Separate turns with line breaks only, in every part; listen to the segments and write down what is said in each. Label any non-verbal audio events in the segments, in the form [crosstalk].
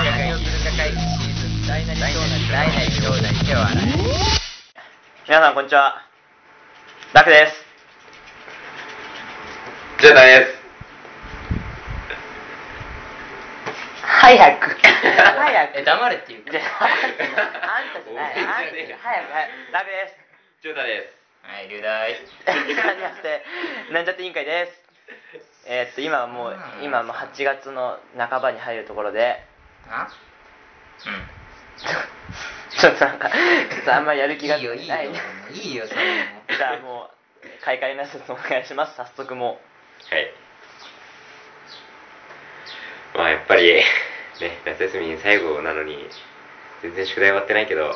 回シーズン大なり
大
小なり
大なり小なり
手は洗い
皆さんこんにちはダクです
じゃないです。
早く早く
え黙れっていう
じゃああんたじゃないあんたじゃない早く
ダクです
じゃないです。
はい龍大
早く
はじめましてなんちゃって委員会ですえーっと今はもう
うん
今はもう8月の半ばに入るところで
あ
ちょっとなんかちょっとあんまりやる気が
いいよいいよ
ない
いいよそれも
じゃあもう開会の挨拶お願いします早速も
はい。まあやっぱり、ね、夏休み最後なのに、全然宿題終わってないけど、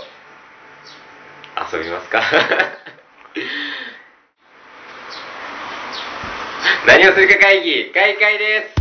遊びますか何をするか会議、開会です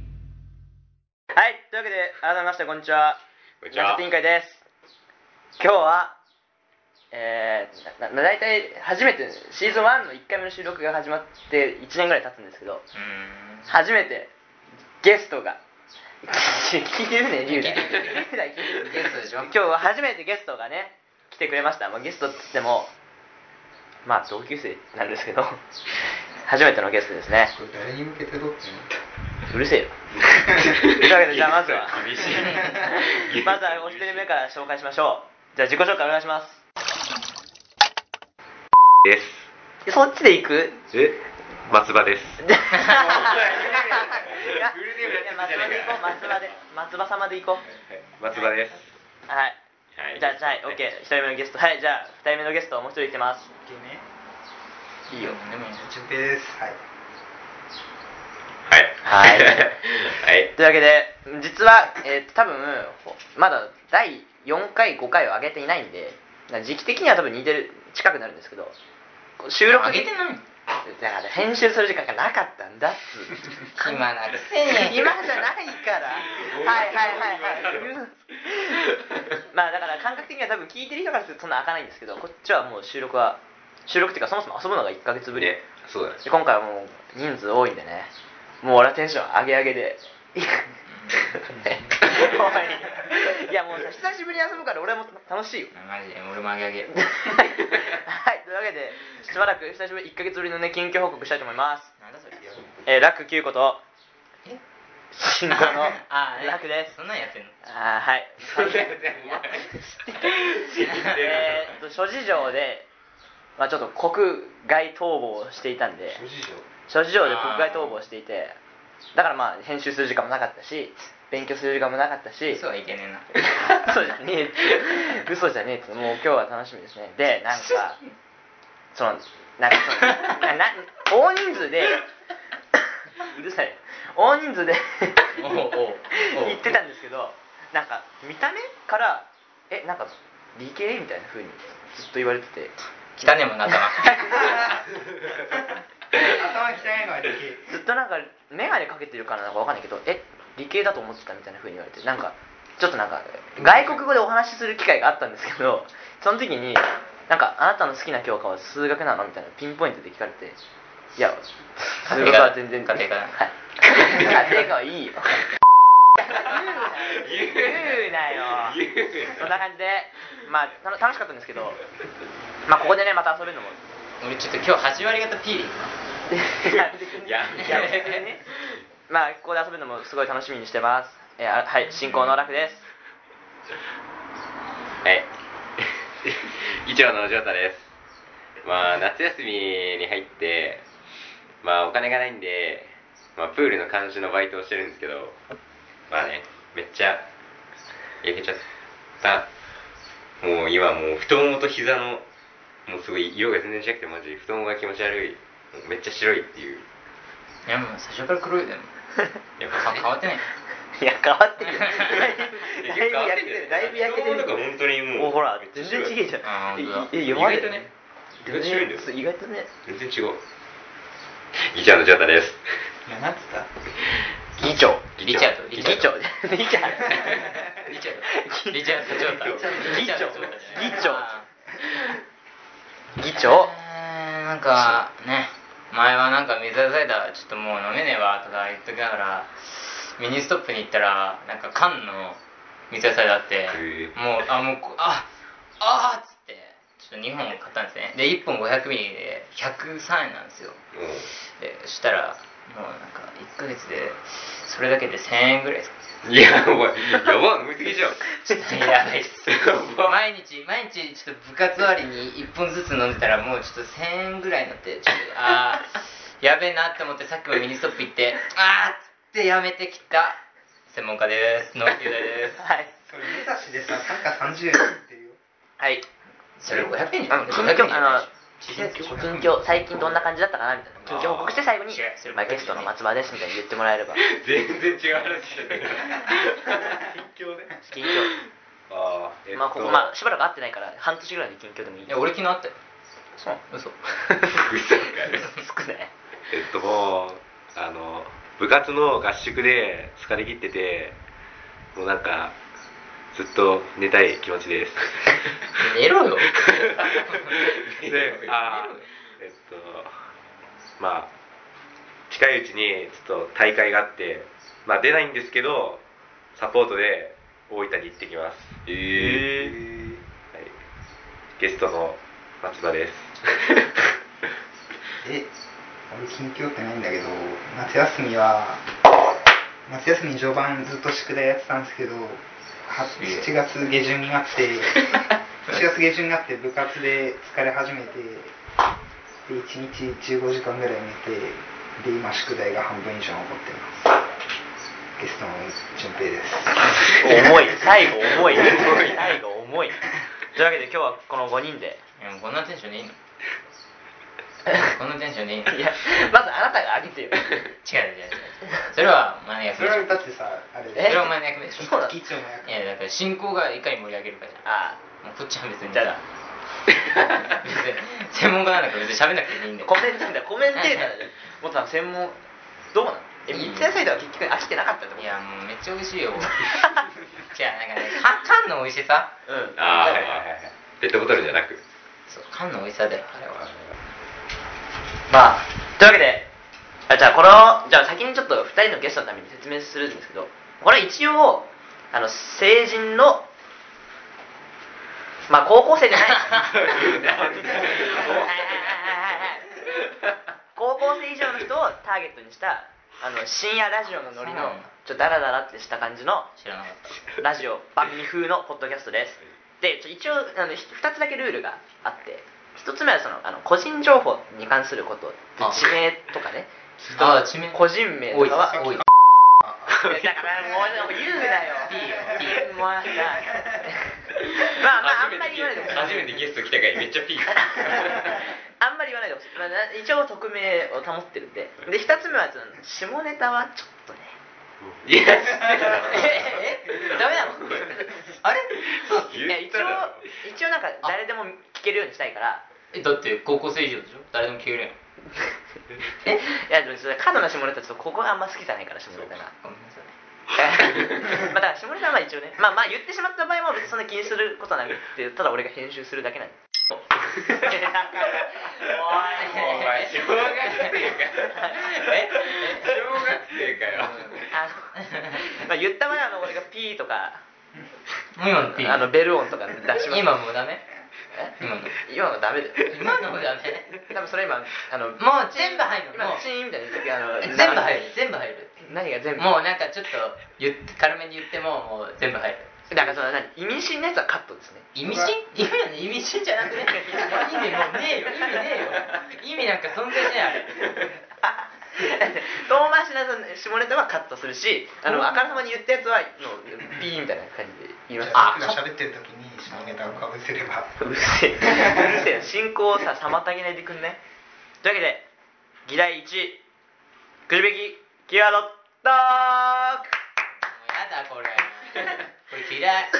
うはいというわけで改めましてこんにちは
こんにち
ラ
は
ジオ委員会です今日はえー、なな大体初めてシーズン1の1回目の収録が始まって1年ぐらい経つんですけど初めてゲストが [laughs] 聞いてるね龍大龍大聞いてる
ゲストでしょ
今日は初めてゲストがね来てくれました、まあ、ゲストっつってもまあ同級生なんですけど初めてのゲストですね
これ誰に向けて撮ってんの
うるせえよというわけでじゃあまずは
厳しい
まずはお一人目から紹介しましょうじゃあ自己紹介お願いします
です。
えそっちで行 [laughs] く
え松葉です。
いや松葉で行こう松葉で松葉様で行こう
松葉です。
はい
はい
じゃあじゃあ OK1 人目のゲストはいじゃあ2人目のゲストもう一人来てます
いいよでもいいよ
順平ですはい
はい。
はい
[laughs] はい。
というわけで実は、えー、多分ほまだ第4回5回を上げていないんでな時期的には多分似てる近くなるんですけどこう収録
あげてない
だから編集する時間がなかったんだっつう
暇なくせに
今じゃないからはいはいはいはいまあだから感覚的には多分聞いてる人からするとそんな開かないんですけどこっちはもう収録は収録っていうかそもそも遊ぶのが1ヶ月ぶり、
ね、そうだね。
で今回はもう人数多いんでねもう俺はテンション上げ上げでおいいやもうさ久しぶりに遊ぶから俺も楽しいよ
マジで俺もあげあげ
はいというわけでしばらく久しぶり1ヶ月ぶりのね近況報告したいと思います
なんだそれ
えー、ラック9こと
え
慎吾の
ああ
ラクです
そんなんやってんの
あーはい
それお前知ってる
えーっと諸事情で、まあ、ちょっと国外逃亡をしていたんで
諸事情
諸事情で国外逃亡をしていてだからまあ編集する時間もなかったし勉強する時間もなかったし
嘘はいけねえな
[laughs] 嘘じゃねえって嘘じゃねえってもう今日は楽しみですねでなんかそのなんかそのなな大人数でうるさい大人数で
おうおうおう
言ってたんですけどなんか見た目からえなんか理系みたいな風にずっと言われてて
汚ねえもんな頭
頭汚いのはできる
ずっとなんか眼鏡かけてるからなのかわかんないけどえ理系だと思ってたみたいな風に言われてなんかちょっとなんか外国語でお話しする機会があったんですけどその時になんかあなたの好きな教科は数学なのみたいなピンポイントで聞かれていや数学は全然
家庭科
はい家庭科はいいよ言うなよ言うなよ
[laughs]
そんな感じでまあたの楽しかったんですけどまあここでねまた遊べるのも
俺ちょっと今日8割方ピーリン
い
グ
や別にねまあここで遊ぶのもすごい楽しみにしてます、えーあはい進行の楽です
[laughs] はい。以上のジョータです。まあ、夏休みに入って、まあ、お金がないんで、まあ、プールの監視のバイトをしてるんですけど、まあね、めっちゃ焼けちゃった。もう今、もう太ももと膝の、もうすごい色が全然違くて、マジ太ももが気持ち悪い。もうめっちゃ白いっていう。
いやもう最初から黒いでも
やっ
か変わってない
[laughs] いや変わってるよ
結
だい
構
ぶ
変わっ
だい
てる
ぶ
よね
だいぶ焼けてる
太ももとか本当にもう
おほら
めっちゃ
全
白
然
い
違えじゃ
あ
ん
ー本当だ
いいや今まで
意外とね
意外と白いんだよ
そう意外とね
全然違う。ギチャードジャタです。
や、なんつった
議長
リチャード
議
リ
長
チ
議長
ャード
[laughs]
リチャー [laughs] ドリチャード・ジョータ
議長議長
あ
議
ー
長
えーなんかね前はなんか水出されたちょっともう飲めねえわとか言っときながらミニストップに行ったらなんか缶の水出されたって
へー
もうあもうこああーっつってちょっと2本買ったんですねで1本500ミリで103円なんですよ
もう
でそしたらもうなんか1ヶ月でそれだけで1000円ぐらい
[laughs]
ですか
いや、お前、やば、飲みすぎじゃん。
ちょっとやばいっす毎日毎日ちょっと部活終わりに1本ずつ飲んでたらもうちょっと1000円ぐらいになってちょっとあ
[laughs]
ーやべえなって思ってさっきもミニストップ行ってあーっつってやめてきた専門家です農協で
はい
それ、武蔵でさ、単価30円っていうよ。
はい
すそれ500円じ
あ
ゃ
の
ん
近況あの近況最近どんな感じだったかなみたいな近況報告して最後に
違うそれ
「まあゲストの松葉です」みたいに言ってもらえれば
全然違う話してたから。
近況で。
近況
あーえっと
まあ、ここまあしばらく会ってないから半年ぐらいで近況でもいい
いや俺昨日あったよ
そう
嘘
嘘かよ
少ない
[laughs] えっと、もう、あの、部活の合宿で疲れ切ってて、もうなんか、ずっと寝たい気持ちです。
寝ろよ
で、あーえっと、まあ、近いうちにちょっと大会があって、まあ出ないんですけど、サポートで大分に行ってきます。えはい、ゲストの松葉です。
え、俺、近況ってないんだけど、夏休みは、夏休み序盤ずっと宿題やってたんですけど、は7月下旬になって、7月下旬になって部活で疲れ始めて、で1日15時間ぐらい寝て、で、今、宿題が半分以上残ってます。ゲストの淳平です。
重い最後重い最後重いというわけで今日はこの5人で
いやもうこんなテンションでいい [laughs] のこんなテンションでいいの
いやまずあなたが上げてよ
違う違う違うそれはお前の役
そ
目
れ
でしょ
はだってさ、あれ
それはお前の役目でしょ
そうなの
議長の役
いやだから進行がいかに盛り上げるかじゃん
[laughs] あ
もうこっちは別に
じゃあ
別に専門家なんだから別に喋んなくていいんだ
[laughs]
よ
コメンテーターコメンテーターでもっとなんか専門どうなのえ三ツ矢サイダーは結局飽きてなかったってこ
い
と
やもうめっちゃ美味しいよじゃあなんかねか缶の美味しさ
うん
あー
だ
は
か
いはい
ら
はい。ペットボトルじゃなく。
そう缶の美味しさだよあれは
まあというわけであじゃあこのじゃあ先にちょっと2人のゲストのために説明するんですけどこれは一応あの成人のまあ高校生じゃない高校生以上の人をターゲットにしたあの深夜ラジオのノリ
そう
の
なんだ
ちょっとダラダラってした感じの
知らなかった
ラジオ番組風のポッドキャストですでちょ一応あのひ2つだけルールがあって1つ目はそのあの個人情報に関すること
あ
地名とかね
ああ地名
個人名とかは
多い
だ [laughs] からもうなんか言うなよ
いいよ
いいよもうなんか [laughs] まあまああんまり言わないでほしい
初めてゲスト来たからめっちゃピー。 [laughs]
あんまり言わないでほしい、 [laughs] まあ、な一応匿名を保ってるんでで2つ目はその下ネタはちょっとね [laughs]
いや、
えええダメなのあれ
そう
いや
言っ
一応
ただろ
一応なんか誰でも聞けるようにしたいから
えだって高校生以上でしょ誰でも聞けるやん
えいやでもそれ過度な下ネタちょっとここがあんま好きじゃないから下ネタ [laughs] が
ごめんなさい
まあだから下ネタはまあ一応ねまあまあ言ってしまった場合も別にそんな気にすることはなくてただ俺が編集するだけなんですおい
お前、小学生かよ。
え
小学生かよ。
[laughs] あのまあ言った場合はあの俺がピーとか
もう今のっていい
あのベル音とか出します
今もうダメ
え
今の
今のダメだよ
今のもダメ
多分それ今あの
もう全部入るの
今
もう
チーンみたいなあの
え全部入る全部入る
何が全部
もうなんかちょっと言っ軽めに言ってももう全部入る
だからその何意味深なやつはカットですね [laughs]
意味深意味なんて意味深じゃなくね意味もうねえよ意味ねえよ意味なんか存在しないあれ
遠回しな下ネタはカットするしあのあからさまに言ったやつはもうピーみたいな感じで言います
あ僕が喋ってる時に下ネタをかぶせれば
うるせえうるせえな進行をさ妨げないでくんねというわけで議題1くじべきキーワードトーク
もうやだこれこれ嫌い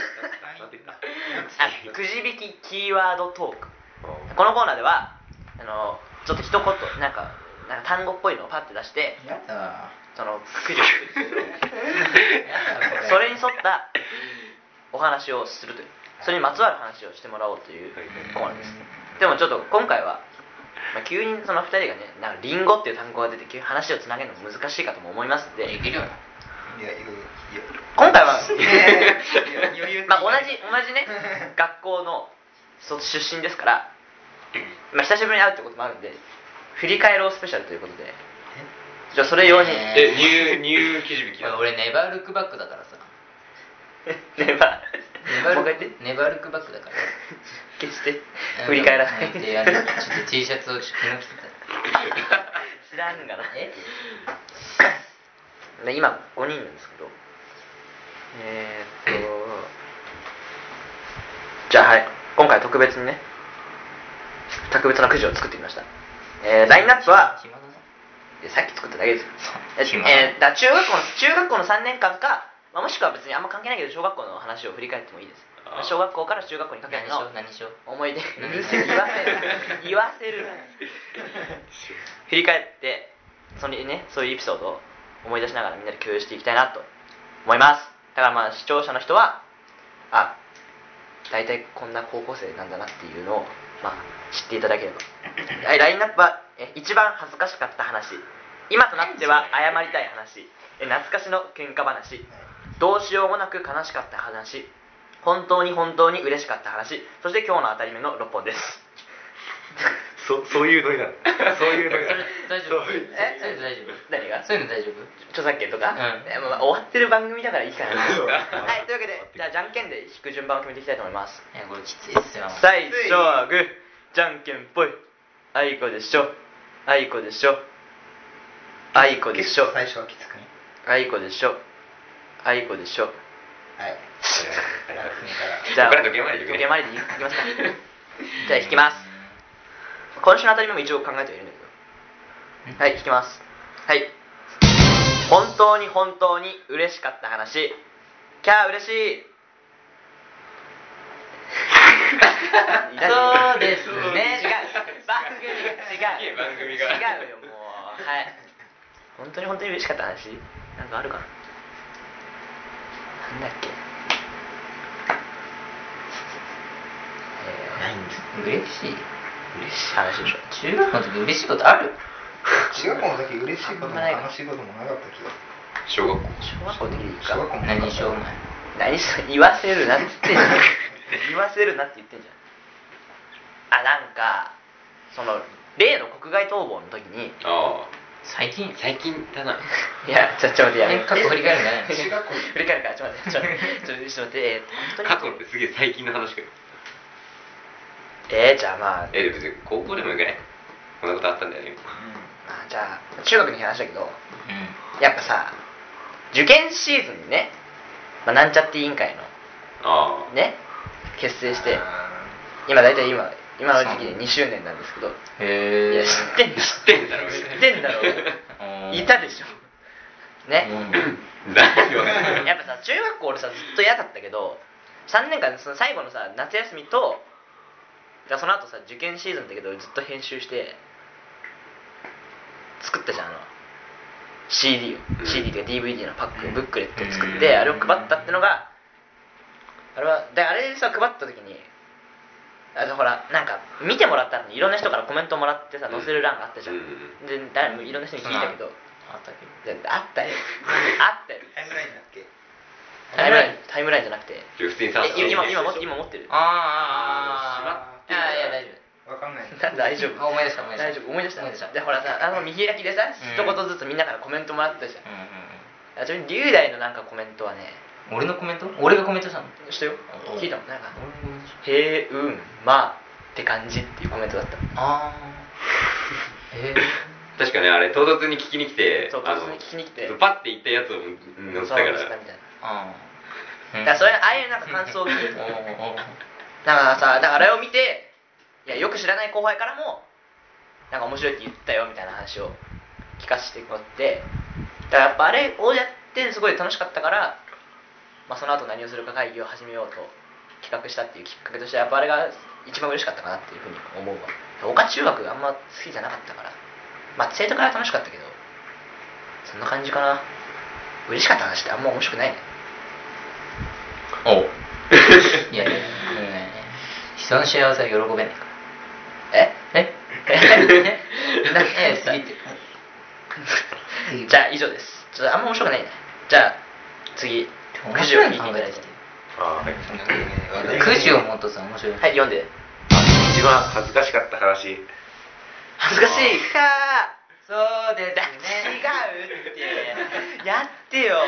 なんて言った
あくじ引きキーワードトーク
お
このコーナーではあのちょっと一言なんかなんか単語っぽいのをパッて出して
やだ
そのくじを引くんですけど
やだこ
それ
れ
に沿ったお話をするというそれにまつわる話をしてもらおうというコーナーですでもちょっと今回は、まあ、急にその2人がねなんかリンゴっていう単語が出て急に話をつなげるの難しいかとも思いますんで
いけるよない
やいやいや
今回 [laughs] は
余裕
まあ同じ同じね学校の卒出身ですから、まあ、久しぶりに会うってこともあるんで振り返ろうスペシャルということでじゃあそれ用に [laughs]
え、
え
ニュー、ニュー記事引きだ。
俺ネバールックバックだからさ
ネバ
ネ
ー
バ
もう一
ー
回
ル
言っ
ッ
て
クネバールックバックだから
決して振り返らない
うんであのちょっと T シャツを着の着てた
知らんがな
え
で今5人なんですけどえー、っとじゃあはい今回特別にね特別なくじを作ってみました、えー、ラインナップは
暇だない
やさっき作っただけですよえ
暇
えーだから中学校の中学校の3年間か、まあ、もしくは別にあんま関係ないけど小学校の話を振り返ってもいいです
あー
小学校から中学校にかけての
何しよう何しよう
思い出
何
うるせえ言わせるな言わせるな振り返ってそのねそういうエピソードを思い出しながらみんなで共有していきたいなと思いますだからまあ視聴者の人はあ大体こんな高校生なんだなっていうのを、まあ、知っていただければはいラインナップはえ一番恥ずかしかった話今となっては謝りたい話え懐かしの喧嘩話どうしようもなく悲しかった話本当に本当に嬉しかった話そして今日の当たり目の6本です
そ、そういうノリな
[laughs]
の。そういうノリなの。
大丈夫
え
そういうの大丈夫
何が
そういうの大丈夫
著作権とか、
うん
えまあ終わってる番組だからいいかな
そう
はいというわけでじゃあじゃんけんで引く順番を決めていきたいと思います
いやこれきついっすよ
最初はグーじゃんけんぽいあいこでしょあいこでしょあいこでしょ
最初はきつくね
あいこでしょあいこでしょ
はい
じゃあ
これ時計回りで
時
いくね
計回りでいきますか [laughs] じゃあ引きます今週の当たり目も一応考えてはいるんだけどはい引きますはい本当に本当に嬉しかった話キャー嬉し [laughs] い
そうですね
違う番組が違う
すげえ番組が
違うよもうはい本当に本当に嬉しかった話なんかあるかななんだっけえー
ないんです
嬉しい
嬉しい話でしょ
中学の時嬉しいことある
中学校の時嬉しいことも楽しいこともなかったけど
小学校。
小学校の時でいい
小学校
か
もなか
何
っ
しようお
た
前
何それ言わせるなって言ってんじゃん言わせるなって言ってんじゃんあなんかその例の国外逃亡の時に
あ
最近
あ。最近だな。
いやちょちょっと待ってやめ
え過去振り返るんじゃないの
中学校
振り返るからちょっと待ってちょっと待ってちょっと待ってえー、
過去
本
ってすげえ最近の話かよ。
当にえー、じゃあまあ
え、でも別に高校でもよくないこんなことあったんだよね。
まあじゃあ中学の話だけど
うん
やっぱさ受験シーズンにね、まあ、なんちゃって委員会
あ
の
あ。
ね結成して
あ
今大体今今の時期で2周年なんですけどいや
へえ
知ってんだ
知ってんだろ
知ってんだろいたでしょね、
だよ。
やっぱさ中学校俺さずっと嫌だったけど3年間その最後のさ夏休みとだからその後さ受験シーズンだけどずっと編集して作ったじゃんあの CD を、
うん
CD というか DVD のパック、
うん
ブックレットを作っ
う
て
ん
あれを配ったってのがあれはであれさ配った時にあのほらなんか見てもらったのにいろんな人からコメントもらってさ載せる欄があったじゃん、
うん
で誰もいろんな人に聞いたけど、
あったっ
で
け
あった [laughs] よあったよ
タイムラインだっけ
タイムラインタイムラインじゃなくて
普通にさ、
え今今 [laughs] 持って今持ってる
あーあーあーあーいや大丈
わかんない
な大丈
夫あ
夫
思い出した思い出した
大丈夫思い出した
思い出した
でほらさあの見開きでさ
うん
一言ずつみんなからコメントもらってたじゃん
うんうんうん
あちなみに龍大のなんかコメントはね
俺のコメント俺がコメントしたの
したよ
お
聞いたもんなんか
俺のコメントし
「へーうんまあ」って感じっていうコメントだった
たあーえ
確かねあれ唐突に聞きに来て
そう
あの
唐突に聞きに来て
パッて言ったやつを乗ったか
そうだ
ら
みたいな
ー、あー
だからそれああいうなんか感想を聞いて
おーおーおー
だからさだからあれを見ていやよく知らない後輩からもなんか面白いって言ったよみたいな話を聞かせてもらってだからやっぱあれをやってすごい楽しかったから、まあ、その後何をするか会議を始めようと企画したっていうきっかけとしてやっぱあれが一番嬉しかったかなっていうふうに思うわ他中学あんま好きじゃなかったからまあ生徒会は楽しかったけどそんな感じかな嬉しかった話ってあんま面白くないね
おういやいや、ね、人の幸せは喜べないか
え
ら
[laughs]
ええなえ次って
じゃあ以上です。ちょっとあんま面白くないね。じゃあ次、くじを引いていただいて。
あはい
くじをもっとさ面白い、
はい、読んで。
一番恥ずかしかった話
恥ずかしいか
そうです
だ
ね
違うって。やってよ。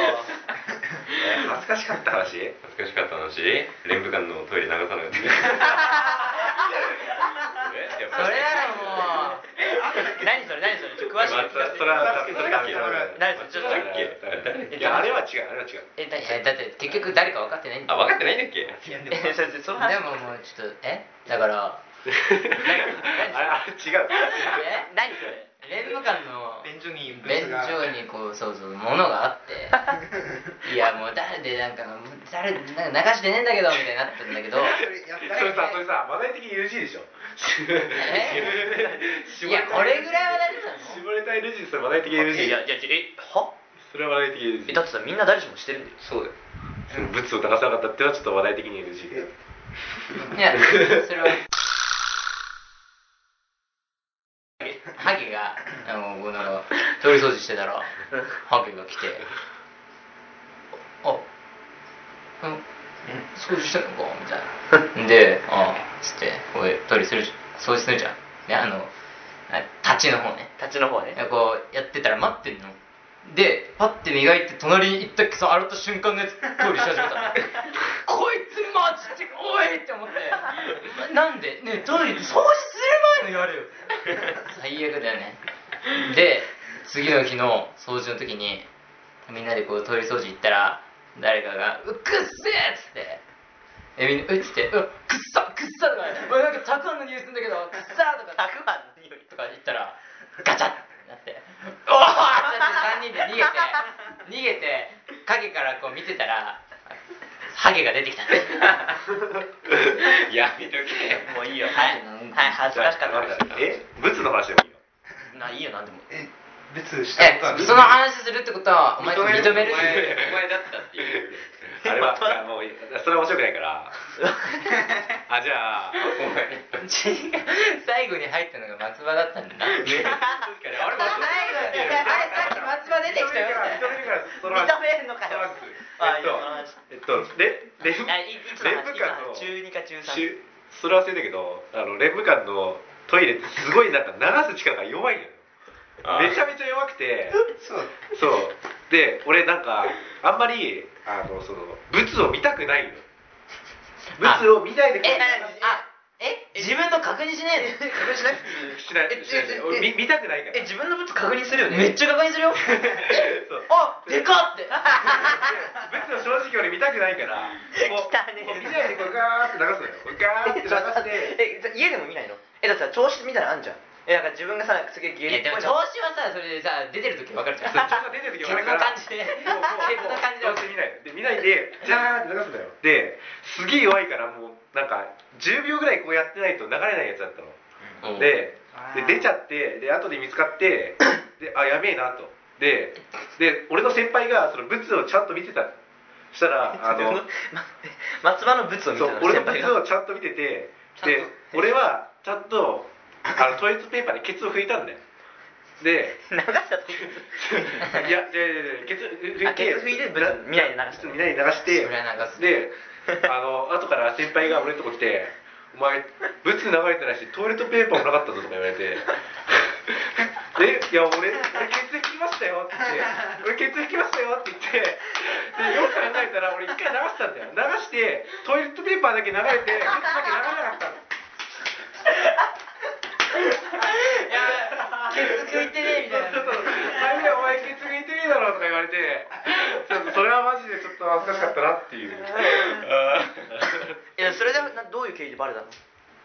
え恥ずかしかった話
恥ずかしかった話連部館のトイレ流さなかった
[laughs]
えやっ
そ
ぱ
れならもう
何それ何それちょっと詳
まあ
しく聞かせて
それはそれはそれは
何それちょっと
だっけ誰
いやあれは違うあれは違う
え、何
い
それ
やだって結局誰か分かってないんだ
あ
よ
分かってないんだっけ
え、それその話
でももうちょっとえだから
あれあれ違う
え何それ
連務官の
便所にブ
便
ツが
所にこうそうそうものがあっていやもう誰でなんかの誰なんか流してねえんだけどみたいになったんだけど
それやっ
それさ
たら
それさ話題的に NG でしょ
いやこれぐらいは
絞れ
大丈夫なの
たい NG それ話題的 NG
え、いや、いや、え、は
それは話題
え、
的 NG
だってさ、みんな誰しもしてるんだよ。
そうだよそのブツを流さなかったってのはちょっと話題的に NG で
いやそれはハゲがあのなんか通り掃除してたらハゲが来て「あうん掃除してんのか?」み
[laughs]
たいなで「ああ」つって「おい通りするじゃん掃除するじゃん」であのあ立ちの方ね
立ちの方ね。
こうやってたら待ってんのでパッて磨いて隣に行ったっけさ洗った瞬間のやつ通りし始めた
[laughs]
のこいつマジでおいって思ってなんでねえトイレって掃除する前のやれよ最悪だよねで次の日の掃除の時にみんなでこうトイレ掃除行ったら誰かが「うっくっせえ!」っつってえみんな「うっ」つって「うっくっさくっさ」とか「おいなんかたくあんの匂いするんだけどくっさ」とか「
たくあんの匂い
とか言ったらガチャってなって「おお!」って3人で逃げて逃げて影からこう見てたらハゲが出てきたんです
やめとけ
もういいよ。
は
はいい、はい、恥ずかしかった話。
えブツの話でもいいよ
ないいよ、なんでも。
えブツした
え
ことは
その話するってことはお前認める
お前お前だったっていう
[laughs]
あれはじゃあもういいそれは面白くないからあじゃあお前
違う最後に入ったのが松葉だったんだな最後に
確かにあれは
はいさっき松葉出てきたよ
認めるからその話
認めんのかよ。あ、いいよ、その話。
えっとえっと連連
あいいつの
連部
話
間の
今中二か中三
中それは忘れたけどあの連部間のトイレってすごいなんか流す力が弱いのよ
あ
めちゃめちゃ弱くて
そう
そうで俺なんかあんまりあのそのブツを見たくないの
あ
ブツを見ないで
えあえ自分の確認しないで
確認しない
しないしない
ええ
俺見見たくないから
え自分の物確認するよね
めっちゃ確認す
[laughs]
るよ
そう [laughs]
あでかって
ブツを正直俺見たくないからもう
汚ねえ
もう見ないでこうガーって流すのよガーって流して
えじゃ家でも見ないのえだってさ調子みたいなのあんじゃんえなんか自分がさすげえ
い
芸
や
人っ
で
ぽ
も
い
調子はさそれでさ出てる時分かるじゃ
[laughs]
ん
そう調子が出てる時分かるから
ケツの感じで
もうもう
ケツの感じで
どうせ見ないで見ないでジャーって流すんだよですげえ弱いからもうなんか10秒ぐらいこうやってないと流れないやつだったのでで出ちゃってで後で見つかってであやべえなとでで俺の先輩がその物をちゃんと見てたのそした
[laughs]
らあの
松葉の物を見
そう
たの
俺
先
の
輩
靴
が
をちゃんと見ててで俺はちゃんとあのトイレットペーパーでケツを拭いたんだよ
[laughs]
で
流したと
いや、いやいやいや、ケツ拭いて、
あケツ拭いてぶつ見ないで流した
見ないで流して、
それは流す
で、あ
[laughs]
の後から先輩が俺のとこ来て、お前、ブツ流れてないし、トイレットペーパーもなかったぞとか言われて、え、いや、俺、俺、ケツ拭きまし
したよって言って、俺血液来ましたよって言って、でよく考えたら俺一回流したんだよ。流して、トイレットペーパーだけ流れて、血液だけ流れなかったの。
いやー、血抜いてねみたい
ちょっと、
な。
あれお前血抜いてねえだろとか言われて、ちょっとそれはマジでちょっと恥ずかしかったなっていう。
えそれでなどういう経緯でバレたの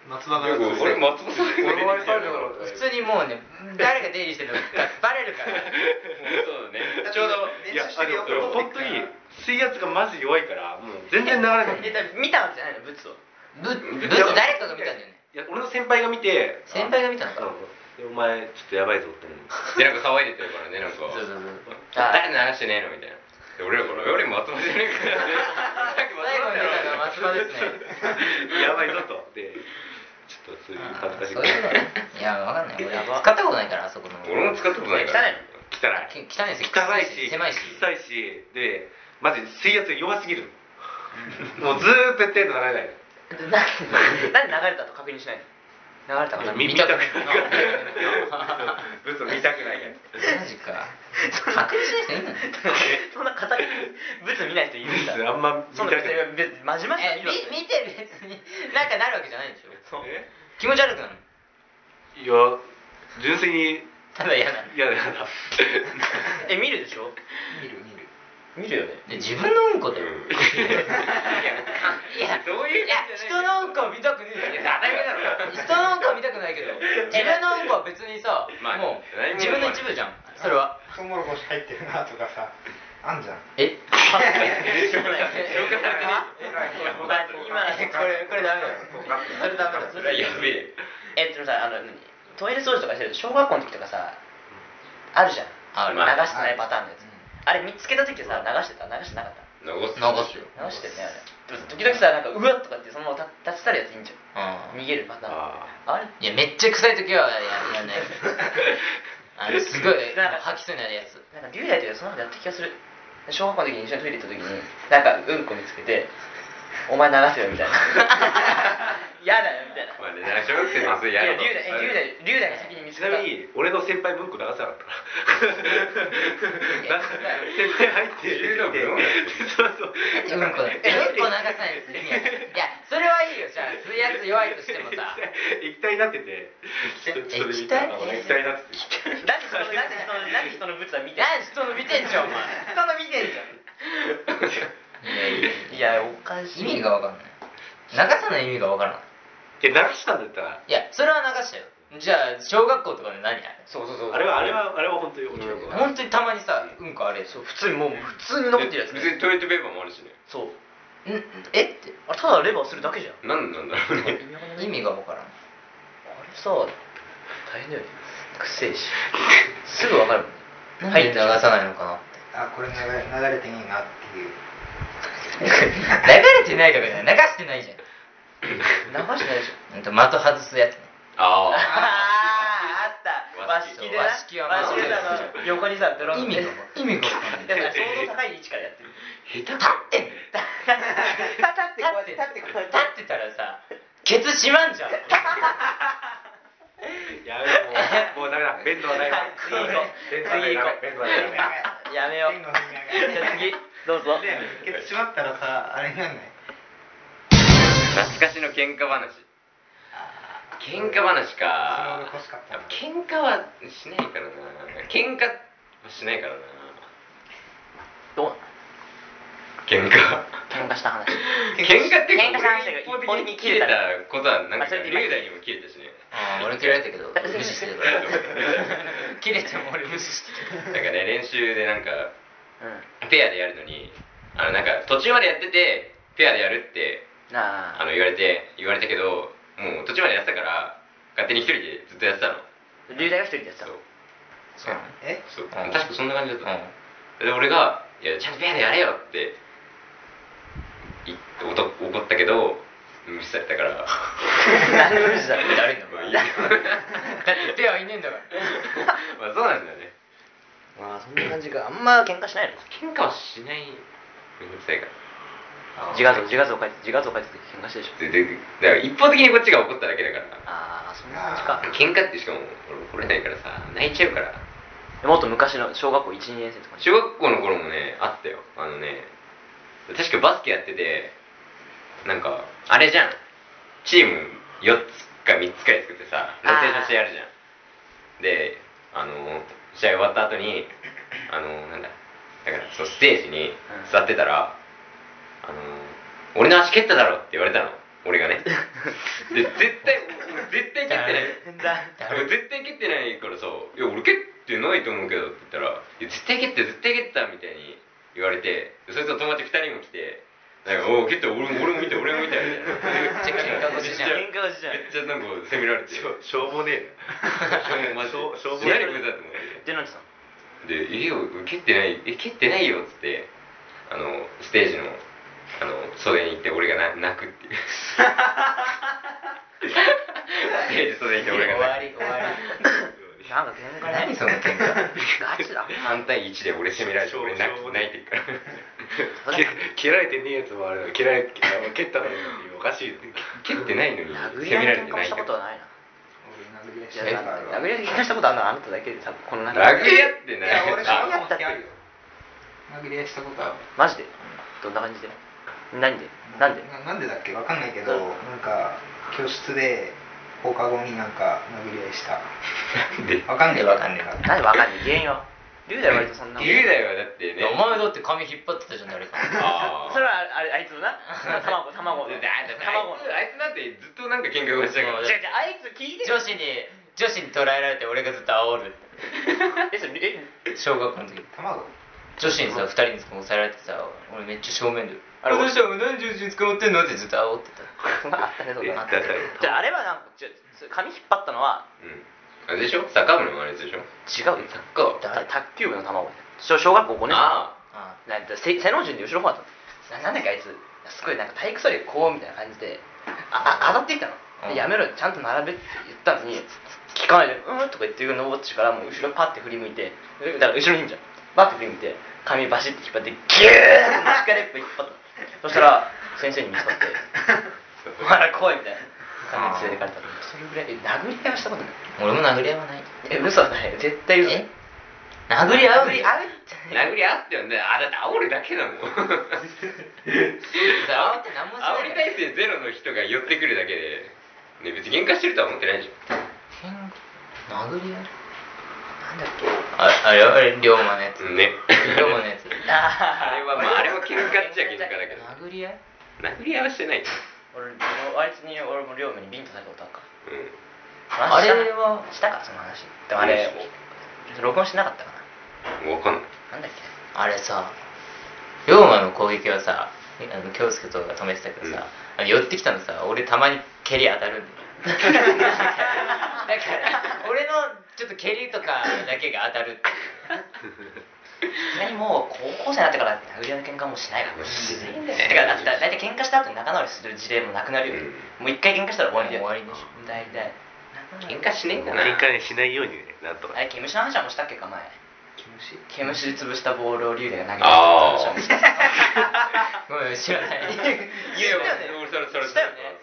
松葉
よく俺松本さん
俺お前最後だろう
普通にもうね、誰が出入りしてるのかバレるから。
[laughs]
そうだねちょうど
いや、あ
練習してるよ
の本当に水圧がマジ弱いから、もう全然流れない。
えだ見たわけじゃないのブツを
ぶ、ぶ誰かが見たんだよね。
いや、俺の先輩が見て、
先輩が見たの
あ
か。
うんでお前、ちょっとやばいぞって思う。
でなんか騒いでてるからねなんか
そうそうそう。
誰の話してねえのみたいなで俺らから「俺松本じゃねえかよ」さっき松
最後
本
に
だ
出
ろ
たのは松葉ですね。
やばいぞと。で、ちょっとそういう恥ずかしい
そう
こ
いうの
と。
いや、わかんない。俺、使ったことないから、あそこの。
俺も使ったことないから
汚いの
汚い。
き汚いですよ
汚いし、
狭
[laughs]
いし
汚いし、で、まず水圧が弱すぎるの。もうずーっとやってんの流れない。
何で流れたと確認しないの流れたかな
み
見
見
た
た
く
く
な
ないい。
[laughs]
ブツ見たくないやつ。
マジか。確認しない人いんの
そんな片手にブツ見ない人いるんだ
あんま見
そん
たく
な
ない
別。に別に真面目な
え、
人いるわけ
み見て別に、なんかなるわけじゃないんでしょ。
え
気持ち悪くなるの
いや、純粋に
ただ嫌なの。
嫌だ嫌だ。
え見るでしょ
見る見る
見るよね
で自分のうんこだよ。
うん
いや、
どういう
いや、人のうんこは見たくねえよ。人のうんこは見たくないけど、自分のうんこは別にさ、
まあ
も
何も
う自分の一部じゃん。それは。
トウモロコシ入ってるなとかさあんじゃん
え
消
[laughs]
化されてね [laughs]
これ、これダメだよ。それダメだ。
それはやべえ
えでもさあの何トイレ掃除とかしてる小学校の時とかさあるじゃん
あ
る
流してないパターンのやつあれ見つけた時さ流してた流してなかった
残す
残すよ。
流してるねあれでも時々さなんかうわっとかってそのまま立立ち去るやついいんじゃ
うん
ん逃げるパターン
あ
あれ
いや、めっちゃ臭い時はややんない。
[laughs]
あの、すごい、なんか吐きそうになるやつ。
なんか龍大というそのままやった気がする小学校の時に一緒にトイレ行った時になんかうんこ見つけて「お前流せよ」みたいな「嫌だよ」みたいな
まあね小学生のそう
い
や
や
る
龍大え龍大龍大が先に見つ
ち
けた
なみに俺の先輩文庫流さなかったから。なんか先輩入って
自由な部分
そうそ
う
う。
んこだ。うんこ流さないですね。いや、それはいいよ。じゃあ、水圧弱いとしてもさ。
液体になってて。ちょっとそれ見た
液体
液体になってて。
なんでそのなんでそのなんで人のブツは見て
何人の見てんじゃん、お前。
人の見てんじゃんいやおかし
意
い
味がわかんない。流さない意味がわからない。
え流したんだったら。
いや、それは流したよ。じゃあ、小学校とかで何あれ
そうそうそう
あれはあれはあれは本当に面白くない。
本当にたまにさ、うんこあれでしょ。
普通にもう普通に残ってるやつ、
別にトイレットペーパーもあるしね
そうん
んえって
あれただレバーするだけじゃん
何なんだろうね
意味がわか
あ
らん。
れさ大変だよねくせえしすぐわかるもんね
なんで流さないのかな。 [laughs]
あこれ流れ流れてねえなっていう
流れてないとかじゃない。流してないじゃん。
流してないでしょ
うんと的外すやつね
あ
あ
あ
ーあった
和
和
式
式でな
和式はまあ
和式でさあの横にさドロン
意味
で
が意味がわかんない
[laughs] だから相当高い位置からやってる
下手か
立ってんの
立
立って立ってたらさケツ閉まんじゃん
やべもうもうダメだ。弁当はないわ。
次行こう
弁当はないダメ弁当は
[laughs]
ないダメ。
やめよう
手の
じゃあ次どうぞ
次でケツ閉まったらさあれになんない
懐かしの喧嘩話喧嘩話
あ
か
ー欲しかったな
喧嘩はしないからな喧嘩はしないからな
どう
喧嘩
喧嘩した話
喧嘩って
喧嘩話
俺
が
一
一
方
方
的
的
に
に
切
切
れ
れ
た
た
ことはなんか
あそれ
龍
で今
大にも切れたしね
あー俺切られたけど無視してるから切れても俺無視してる
なんかね練習でなんか
うん
ペアでやるのにあのなんか途中までやっててペアでやるって
な
あ
あ
の言われて言われたけどもう途中までやってたから勝手に一人でずっとやってたの
龍大が一人でやってた
そう
の [laughs]
そうなの
え
そう
うん
確かそんな感じだった、
うん
で俺が「いやちゃんとペアでやれよ」っていおと怒ったけど無視されたから [laughs]
何で無視だろ
だるい
まあい
なお前
い
だ
や
って手はいねえんだから
まあそうなんだよね
まあそんな感じかあんま喧嘩しないの
喧嘩はしないめんどくさいから
自画像自画像描いて自画像描いてて喧嘩してるでしょ
ででだから一方的にこっちが怒っただけだから
ああそんな感じか
喧嘩ってしかも俺怒れないからさ泣いちゃうから
もっと昔の小学校1、2年生とか
中学校の頃もねあったよあのね確かバスケやっててなんかあれじゃんチーム4つか3つくらい作ってさローテーションしてやるじゃんであの試合終わった後にあのなんだだからそのステージに座ってたら「あの俺の足蹴っただろ」って言われたの俺がねで絶対俺絶対蹴ってない俺絶対蹴ってないからさ「いや俺蹴ってないと思うけど」って言ったら「いや絶対蹴って絶対蹴った」みたいに言われてそいつの友達2人も来て「なんかおお蹴った俺も俺も見た俺も見た」みたいなめっ
ちゃ喧嘩腰じゃん
喧嘩腰じゃん
めっちゃなんか責められて
し
[laughs]
ょしょうもねえ
マジで
しょうしょうもない
何これだと思って
で、なんてさん
で「家を蹴ってないえ蹴ってないよ」っつってあのステージのあの袖に行って俺がな泣くって
[laughs]
いうステージ袖に行って俺
終
が
わ
泣
り
く
終わ
なんか全然
り何その喧嘩
ガチだ。
3対1で俺攻められて俺泣
しょう
く
もな
泣
い
いてるから
それ
蹴蹴られてねえやつもある蹴られ蹴蹴ったのにおかしいよね
蹴ってないのに
殴
攻
り合
め
い
ら
の
れて
喧嘩も
泣
し
い
た
て
こ
る
とはないな。
俺殴り合い
い
した
や
ことあるわ
殴り合いで喧嘩したことあるのはあなただけで多分この中
殴り合って
い
な
や俺
い
小
あ
学校の時あるよ殴り合いしたことある
マジでどんな感じで何でなんで
ななんでだっけわかんないけどなんか教室で放課後になんか殴り合いした
なんで
わかんねえわかんねえ
なんでわかんない原因は龍大は割とそんなもん
雄大はだってね
りお前だって髪引っ張ってたじゃん誰か
あー
それはあれあいつの [laughs] な卵卵卵
だってあいつあいつなんてずっとなんか喧嘩腰だから
もう
違う違うあいつ聞いて
女子に女子に捉えられて俺がずっと煽る
えそれえ
小学校の時
卵
女子にさ2人に押さえられてさ俺めっちゃ正面で「
あ
あ
れ
れどうしたの何女子に捕まってんの?」ってずっと煽ってた
あったねそんなの
あったあった
じゃああれはなんか違うそれ髪引っ張ったのは
うんあれでしょサッカー部のあれでしょ
違う
サッカー
た卓球部の卵小小学校5年
あ
あ
なんて背背の順で後ろ方だったななんだっけあいつすごいなんか体育座りこうみたいな感じでああ当たってきたの、
うん
でやめろよちゃんと並べって言ったのに聞かないで「うん」とか言って登ってからもう後ろにパッて振り向いてだから後ろにいんじゃんパッて振り向いて髪バシッて引っ張ってギューッて力っぽい引っ張ったそしたら先生に見つか
[laughs]
って「お前ら来い」みたいな感じで連れてかれたそれぐらいえ殴り合いはしたことない
あ俺も殴り合いはない
え嘘はない絶対嘘
え殴り合う
殴り合うじゃ
あ殴り合ってよねあだって煽るだけだもん
煽って何もしな
煽
い
り耐性ゼロの人が寄ってくるだけで、ね、別に喧嘩してるとは思ってないでしょ
殴り合い
なんだっけ
ああれあれ龍馬のやつ
うんね
龍馬のやつ
あ
あれはまああれも喧嘩っちゃ喧嘩だけど
殴り合い
殴り合わしてない
俺あいつに俺も両目にビンタされたことあるか
うん
あれ
はしたかその話でもあれ録音してなかったか
わかんない
ななんだっけ
あれさ龍馬の攻撃はさあの京介とかが止めてたけどさ、あの寄ってきたのさ俺たまに蹴り当たるんだよだから俺のちょっと蹴りとかだけが当たるっていう
ちなみにもう高校生になってから殴り合いの喧嘩もうしないから
しないね
だからだって大体喧嘩した後に仲直りする事例もなくなるよ、
うん
もう一回喧嘩したら終わりだよ
もう終わりでしょ
大体
喧嘩しねえんだな
喧嘩ねしないようにねなんとか
あれ毛虫の話はもうしたっけか前
気持ち
毛虫
いい
潰したボールを竜で投げたって
あ
話
ー
はもうした
ごめん知らない
言うよ俺それそれ
したよね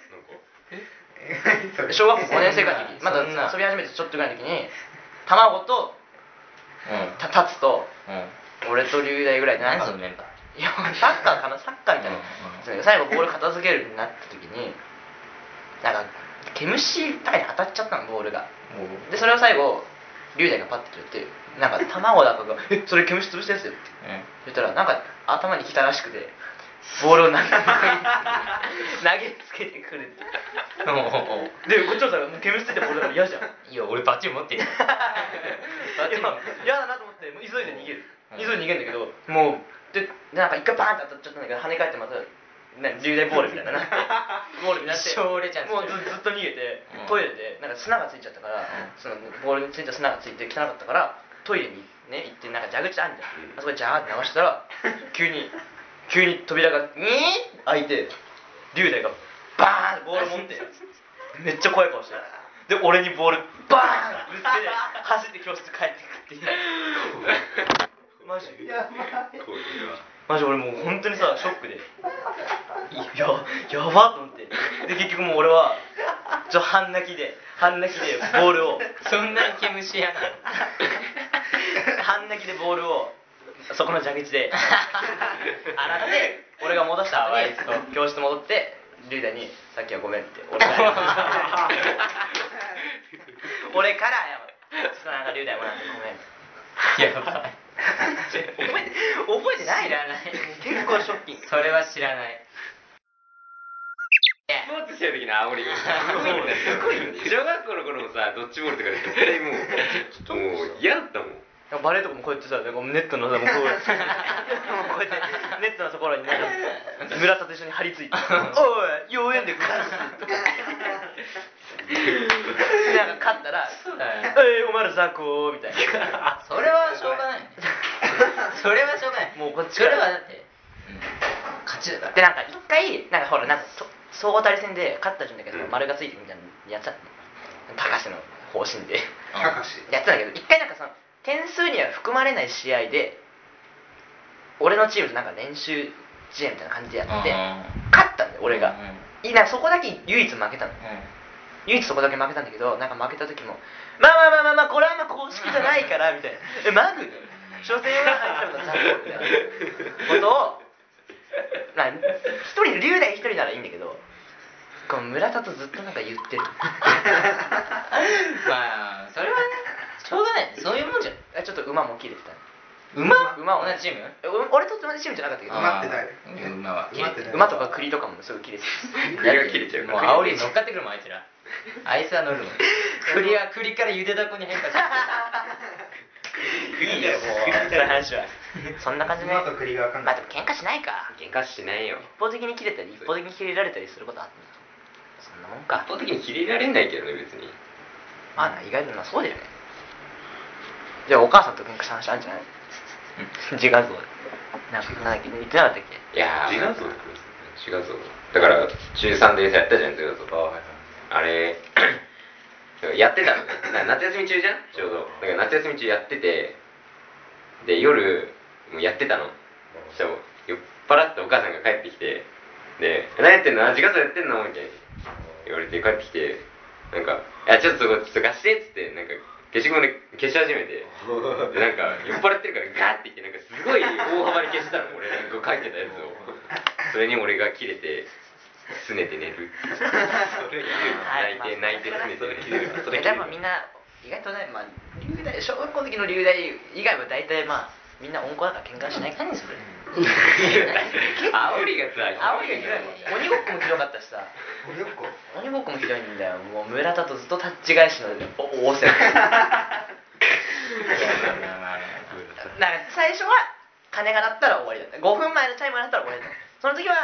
なんか
小学校5年生ぐらいの時まだ
そんな
遊び始めてちょっとぐらいの時に卵とたタツと
うんうん
俺と龍大ぐらいでなんか
何そのメンバー
いやサッカーかなサッカーみたいな、
う
最後ボール片付けるようになった時になんか毛虫とかに当たっちゃったのボールがでそれを最後龍大がパッて取ってなんか卵だかが「えそれ毛虫潰したやつよ」って言ったらなんか頭に来たらしくてボールを投げ投げつけてくるって
うんおうおう
でこっちもさもう毛虫ついたボールだから嫌じゃん
いや俺バッチリ持ってるよバッチリ持ってる
嫌だなと思ってもう急いで逃げる
うん
急いで逃げるんだけどもうでなんか一回バーンって当たっちゃったんだけど跳ね返ってまたなんか流大ボールみたいななってボールになって
[laughs] 一生折れちゃうんです
も
よ
うずずっと逃げて
うん
トイレでなんか砂がついちゃったから、そのボールについた砂がついて汚かったからトイレに、ね、行ってなんか蛇口あんじゃん、
うん
あそこでジャーって流したら急に急に扉が「にー開いて龍大がバーンってボール持ってめっちゃ怖い顔してで俺にボールバーンぶつけて走って教室帰ってくっていうマジ
こういうのは
マジ俺もう本当にさショックでいややばと思ってで結局もう俺はちょ半泣きで半泣きでボールを
そんなに毛虫やなの
先でボールをそこの蛇口で洗って俺が戻した後に教室戻ってリュウダに「さっきはごめん」って俺が謝る [laughs] 俺から謝るそしたらなんかリュウダもなんかごめん
やばい
覚えて覚えてない
知らない
[laughs] 結構ショッキング
それは知らない
スポーツしてる時の煽りがすごいんだよ小学校の頃もさドッジボールとかで絶対もうもう嫌だったもん
バレーとかもこうやってさ、なんかネットのさ、もうこうもうこうやって、ネットのとこ [laughs] ろになんか、村田と一緒に張り [laughs] 付いて、おい、妖艶で返すでなんか勝ったら、 [laughs] えー、お前ら雑魚みたいな。 [laughs]
それはしょうがないそれはしょうがない
もうこっち
そ
か
れ
ら
はだって、うん勝ちだから
で、なんか一回、なんかほら、なんかそ総合対戦で勝った順だけど、丸がついてるみたいなのやつだ高橋の方針で。 [laughs]
高橋
やってたんだけど一回なんかその点数には含まれない試合で俺のチームとなんか練習試合みたいな感じでやって
うん
勝ったんだよ俺が
うん
いなんかそこだけ唯一負けたの
う
唯一そこだけ負けたんだけどなんか負けた時もまあまあまあまあまあこれはあんま公式じゃないからみたいなえマグ所詮は入ったことは残酷みたいなことをまあ一人龍大一人ならいいんだけどこの村田とずっとなんか言ってる
んまあそれはねしょうがないそういうもんじゃん
あちょっと馬も切れてた
馬
馬を
同じチーム
え俺俺と同じチームじゃなかったけど
馬って誰
あー馬は
馬って誰
馬とか栗とかもすぐ切れて
首が切れちゃう
もう
から
煽りに乗っかってくるもんあいつらあいつは乗る [laughs] もん栗は栗からゆでだこに変化して
いいよもう [laughs] そういう話
[laughs]
はそんな感じね
馬と栗が分かん
ま
な
あ
い
でも喧嘩しないか
喧嘩しないよ
一方的に切れたり一方的に切れられたりすることあったそんなもんか
一方的に切れられないけどね別に
まあな意外となそうだよねじゃあお母さんと喧嘩した話あるんじゃない自画像でなんかなんだっけ言ってなかったっけ
いやー
自画像
自画像だから中3でさやったじゃん自画像
はいはい
あれ [clears throat] やってたのねな夏休み中じゃんちょうどだから夏休み中やっててで夜もうやってたのそしたら酔っ払ってお母さんが帰ってきてで「何やってんのあ自画像やってんの?」みたいな言われて帰ってきてなんか「いやちょっとそこちょっと貸して」っつってなんか消しゴムで消し始めてでなんか酔っ払ってるからガーってきてなんかすごい大幅に消したの俺なんか書いてたやつをそれに俺が切れて拗ねて寝る泣いて泣いて拗ねて寝る
えでもみんな意外とねまあ流大小学校の時の流大以外は大体まあみんな温厚だから喧嘩しない何それ
煽りがさ
青いがひどいもん鬼ごっこもひどかったしさ
鬼ごっこ
鬼ごっこもひどいんだよもう村田とずっとタッチ返しのお応戦なんか最初は鐘が鳴ったら終わりだった5分前のチャイムが鳴ったら終わりだったその時は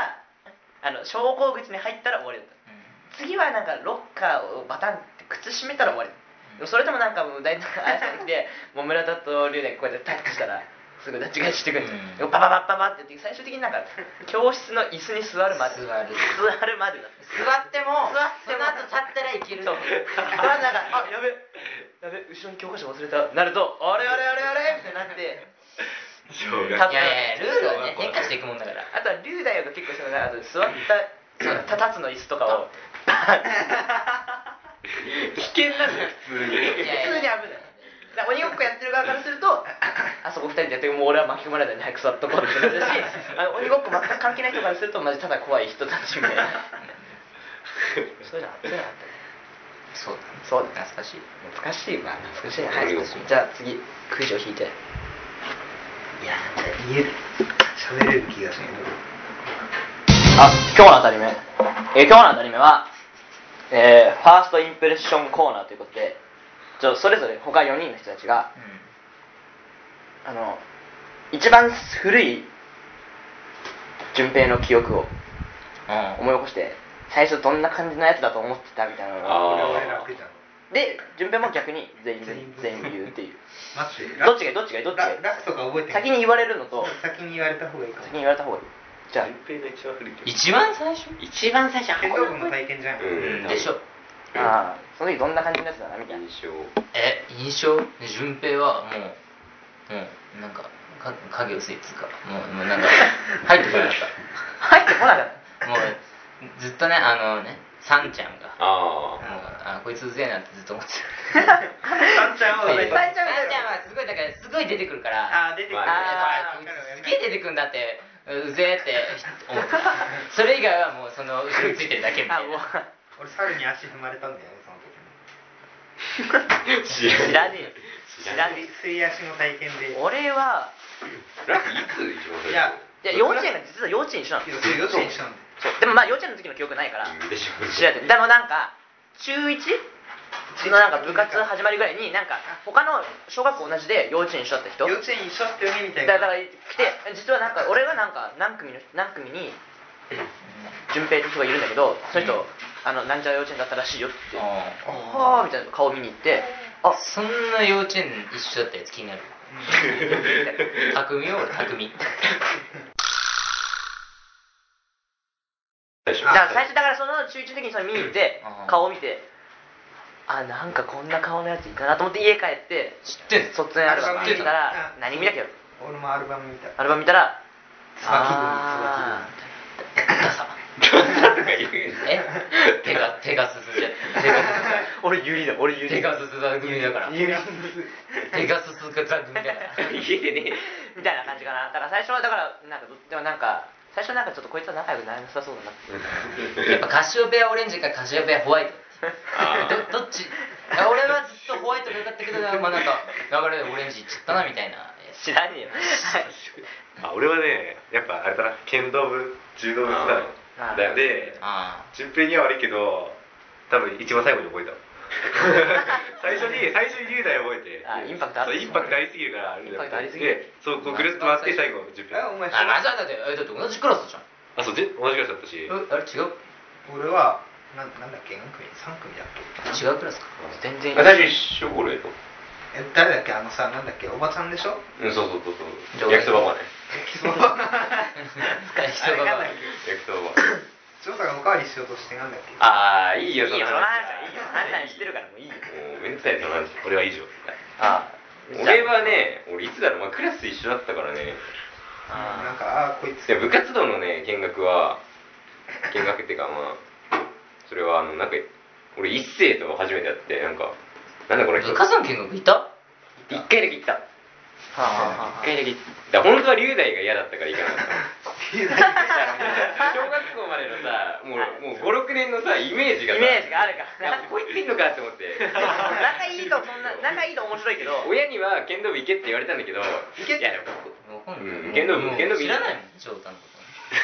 あの昇降口に入ったら終わりだった次はなんかロッカーをバタンって靴閉めたら終わりだったでもそれともなんかもう大体あやさん来
[laughs]
てもう村田と龍大こうやってタッチしたらすぐタッチ返ししてくるんですよ、
うん
バババッババってやって最終的になんか教室の椅子に座るまで
座る
座るまでだった
座っても
座っても
その後立ったらいける
そう。あ、なんか、あ、やべ、やべ、後ろに教科書忘れた。なると、あれあれあれあれみたいになって。
小
学
いやいやルールはね変化していくもんだから
あとは、龍大が結構、その、あと座った、その、たたつの椅子とかを。
[laughs] 危険なんだよ普通
普
に
通に危ない。だから鬼ごっこやってる側からすると、あそこ二人でやって、もう俺は巻き込まれないで早く座っとこうってなるし、あの鬼ごっこ全く関係ない人からすると、マジただ怖い人たちみ
[laughs]
たいな。そういうのあったよ、そういうのあったね
そうだ
そうだ
懐かしい
懐かしいわ懐かしいなはいじゃあ次クイズを引いて
いや言える喋れる気がする
あ今日の当たり目、えー今日の当たり目は、えーファーストインプレッションコーナーということでちょそれぞれ他4人の人たちがあの一番古い順平の記憶を
うん
思い起こして最初どんな感じのやつだと思ってたみたいなのを
こ
あ
れ俺
あ
楽じゃん
で順平も逆に全員
全員
全員言うっていう
待
どっ
って
ちがいいどっちがいいどっちがいい
ララクとか覚えてない
先に言われるのと
先に言われた方がいいかも
先に言われた方がいいじゃあ
平が一番古いけど
一番最初
一番最初
剣道部の体験じゃん、
うん
でしょ
ああその時どんな感じのやつだなみたいな
印象
え印象順平はもうもうなんかか影薄いっつうかもうもう [laughs] なんか入ってこなかっ
入ってこなかった
たもうずっとねあのねさんちゃんが
あ
もうあこいつうぜえなってずっと思ってた
三ちゃんは
さんちゃん
ちゃん
はすごいだかかすごい出てくるから
あー出てくる
あーこいつすげえ出てくるんだってうぜ
[laughs]
ーって思ってそれ以外はもうその後ろについてるだけみたいな
俺猿に足踏まれたんだよねその時も
知
[laughs] 知らねえよ知らねえ
水水足の体験で
俺は
ラッキーいつ一番最初
いや
いや幼稚園が実は幼稚園一緒なの
いやそれ幼稚園一緒なんだよ
そうでもまあ幼稚園の時の記憶ないから
うんでしょ
知られてでもなんか中 1? のなんか部活始まりぐらいになんか他の小学校同じで幼稚園一緒だった人
幼稚園一緒だったよねみたいな
だから来て実はなんか俺はなんか何組の何組に順平って人がいるんだけどその人、あのなんちゃら幼稚園だったらしいよって言ってはあみたいな顔見に行ってあ
そんな幼稚園一緒だったやつ気になる匠よ俺匠
だから最初だからその中1的にそれ見に行って顔を見てあなんかこんな顔のやついいかなと思って家帰って
知ってんの
卒園アルバム見たら
うん
何見たっけ
俺もアルバム見た
アルバム見たらあ
あ
ダサえ手が手が進んじゃって手が
ー
[laughs]
俺ユリだ俺ユ
手
リ
が進んだ組だから
ユリ
手が進んだ組だから
言えね
みたいな感じかなだから最初はだからなんかでもなんか最初なんかちょっとこいつは仲良くなれなさそうだなって
やっぱカシオペアオレンジかカシオペアホワイト
あー
どどっちいや俺はずっとホワイトが良かったけどまあなんか流れでオレンジいっちゃったなみたいな
知らねえよはい
あ俺はねやっぱあれだな剣道部柔道部だ
あー
だよで
ああ
順平には悪いけど多分一番最後に
[laughs]
覚えた最初に最初に雄大覚えて
あインパクトあった
そうインパクトありすぎるから
インパクトありすぎる
でそうこうぐるっと回って最後順平
あお前
あまあそうだってえだって同じクラスじゃん
あそうで同じクラスだったし
えあれ違う
俺はななんだっけ何組三組だっけ
違うクラスか
[laughs] 全然
あ最初一緒俺と
え誰だっけあのさなんだっけおばちゃん
[laughs]
でしょ
うんそうそうそう
じ
そ
ゃあ
う焼きそばまで
焼きそば
人が
あれなんだっ
焼きそばまで
ジョータがおかわりしようとしてなんだっけ
ああいい
い
よ
いよその話はいいよあんたに
し
してるからもういいよ
もうめんどくさいその話俺は以上
あ
俺はね俺いつだろう、まあ、クラス一緒だったからね
なん
あ
かあーこいつ
で部活動のね見学は見学っていうかまあそれはあのなんか俺一斉と初めてやってなんかなんだこれ
部活の見学いた
一回だけ行った
はあはあはあ
一回だけ行っただから本当は龍大が嫌だったから行かなかった小学校までのさもうもう56年のさイメージがさ
イメージがあるから
いやこいついんのかって思って
仲いいとそんな仲いいと面白いけど
親には剣道部行けって言われたんだけど行けって
わかんない
うん剣道部
もう
剣道部
知らないもん翔太のこ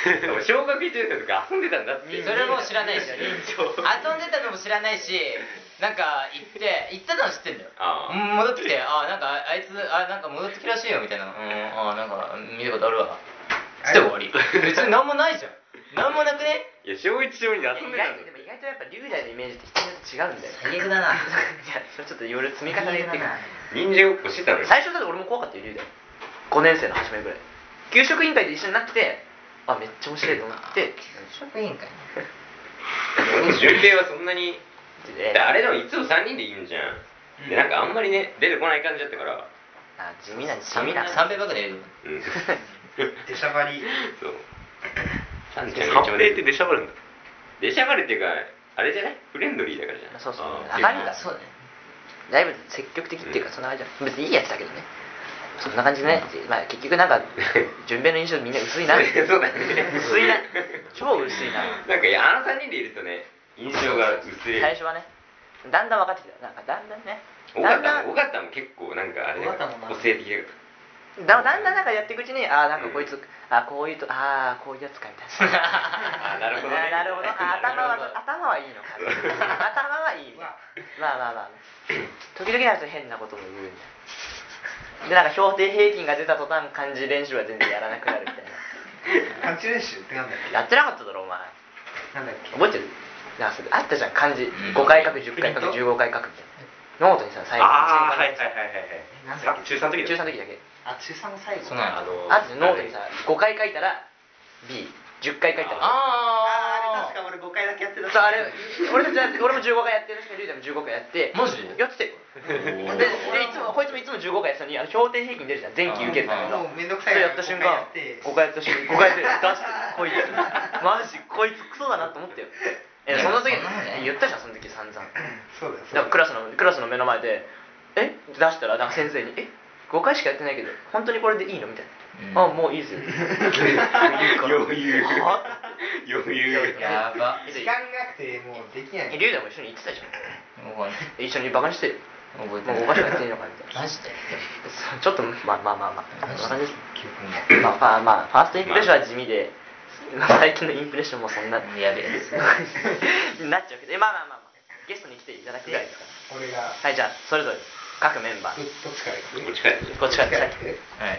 小学1年生とか遊んでたんだって
とそれも知らないし遊んでたのも知らないしなんか行って行ったのは知ってんだよ
ああ
うん戻ってきてあなんかあいつあなんか戻ってきたらしいよみたいなうんあなんか見たことあるわつって終わり別に何もないじゃん何もなくね
いや小1小2で遊ん
意
でたん
外とで
だよ
も意外とやっぱ龍大のイメージって人によって違うんだよ [laughs]
最悪だない
やそれちょっといろいろ積み重ねっていうか
忍者ごっこしてたのよ
最初だって俺も怖かったよ龍大5年生の初めぐらい給食委員会で一緒になってあめっちゃ面白いと思って
職員会
順平はそんなに
え
あれでもいつも3人でいいんじゃんでなんかあんまりね出てこない感じだったから
あ地味な地
三
味な
杯ばっかでやる
うん
出しゃば
[laughs]
り
そうサンちゃんが
三
一番
平って出しゃばるんだ
出しゃばるっていうかあれじゃないフレンドリーだからじゃん
そうそう
あ
流れが
そうだね
だいぶ積極的っていうかそんな感じだ別にいいやつだけどねそんな感じでね、まあ、結局なんか順平の印象みんな薄いな
[laughs] そうだね
薄いな超薄いな
なんかいやあの3人でいるとね印象が薄い
最初はねだんだん分かってきたなんかだんだんね
尾
だんだ
形
ん
も尾形も結構なんかあれだよ
尾形もまあ
個性的だよ
だだんだんなんかやっていくうちにああなんかこいつ、あーこういうとああこういうやつかみたいな
あー [laughs] なるほど
[laughs]
ね
あーなるほどあー頭
なるほ
は
ど
頭はいいのか頭はいいみたいなまあまあまあ時々なんか変なことも言うみたいなでなんか評定平均が出た途端漢字練習は全然やらなくなるみたいな
感じ練習ってなんだっけ
や
[laughs]
ってなかっただろお前
なんだっけ
覚えてるなんかそれあったじゃん漢字5回書く10回書く15回書くみたいなノートにさ最後
ああはいはい
中
はい
えなん
はい
だ
は
っ
い
け
中3の時だ
3の時だけ
あ中3の最後
そうな
あ
んだ
あ
あの
とノートにさ5回書いたら B10 回書いたら A
あ
あ
れ確か俺5回だけやってた
そうあれ俺たちだって俺も15回やってるしリュウちゃんも15回やって
マジ
やってたよででいつもこいつもいつも15回やってたのにあの評定平均出るじゃん前期受けるため
も
の
うめんどく
そ
さい
れやった瞬間5回やった瞬間5回やってる出してるこいつマジ
[laughs]
こいつクソだなと思ったよえその時
いやそんなもんじゃない
言ったじゃんその時散々だか
そうだよそうだ
ら
よ
クラスのクラスの目の前でえって出したらなんか先生に「え5回しかやってないけど本当にこれでいいのみたいな、あ
うん
もういいですよ余
[laughs] 余裕
は
余裕
やば
時間なくてもうできない
リュウダも一緒に行ってたじゃん [laughs]
もうね
一緒にバカにしてる
覚えて
もう5
な
回
い
しかやってないのかみたいな
マジで
そうちょっとまあまあまあまあそんな感じです
記憶
まあ、まあ、まあ、ファーストインプレッションは地味で、まあ、最近のインプレッションもそんな、
もやべえです
になっちゃうけど、えまあまあまあまあ、ゲストに来ていただくぐらいですか
俺が
ら。はい、じゃあ、それぞれ、各メンバー
ど、どっちから行く
こっちから
こっちから
ど
さ
っ
っ
ち
き
から行く
はい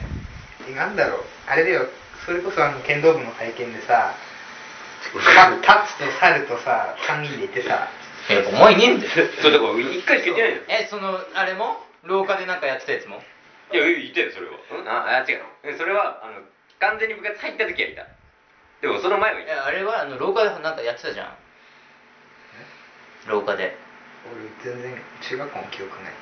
えなんだろうあれだよそれこそあの剣道部の体験でさまタッチと猿とさ3人でいてさ
えお前いねえんだよ
そうだから一回しか行ってないの
えそのあれも廊下でなんかやってたやつも
いや、いたよ、それは。うん、あ、あ違う。うんそれは、あの、完全に部活入った時はいた。でも、その前はい
え [laughs]
た。
あれはあの廊下でなんかやってたじゃん廊下で
俺全然中学校の記憶ない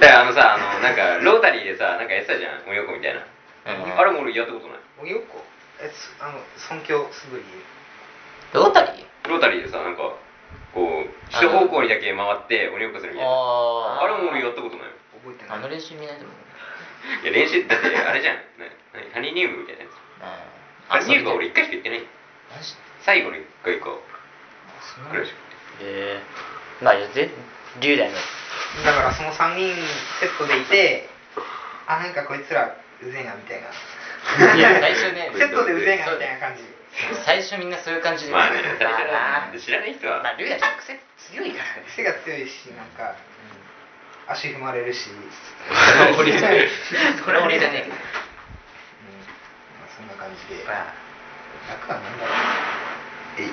だから、あのさ、あの、なんか、ロータリーでさ、なんかやってたじゃん、およこみたいな。
うん
あれも俺やったことない。
およっこえすあの尊敬すぐに
ロータリー
ロータリーでさ、なんか、こう、一方向にだけ回って、およこするみたいな。
あ
あれも俺やったことないよ。
覚えて
あ
ない
の練習見ないと思う
いや、練習だって、あれじゃん。な何ハニーニウムみたいなやつ。ハニーニウムは俺一回しか行ってない。
マジで
最後の一回か。ぐらいしか。
えー、まあ、ぜ、龍大の、
だからその3人セットでいてあなんかこいつらうぜえなみたいな
いや最初ね
[laughs] セットでうぜえなみたいな感じ
最初みんなそういう感じで、
まあね、最初
まあな
知らない人は
ま。あ、龍大、直接強いからね。
癖が強いしなんか足踏まれ
[laughs]
るし、うん、
俺
[laughs]
じゃねえそれ俺じゃねえけど
まあそんな感じで
まあ、
楽はなんだろうえい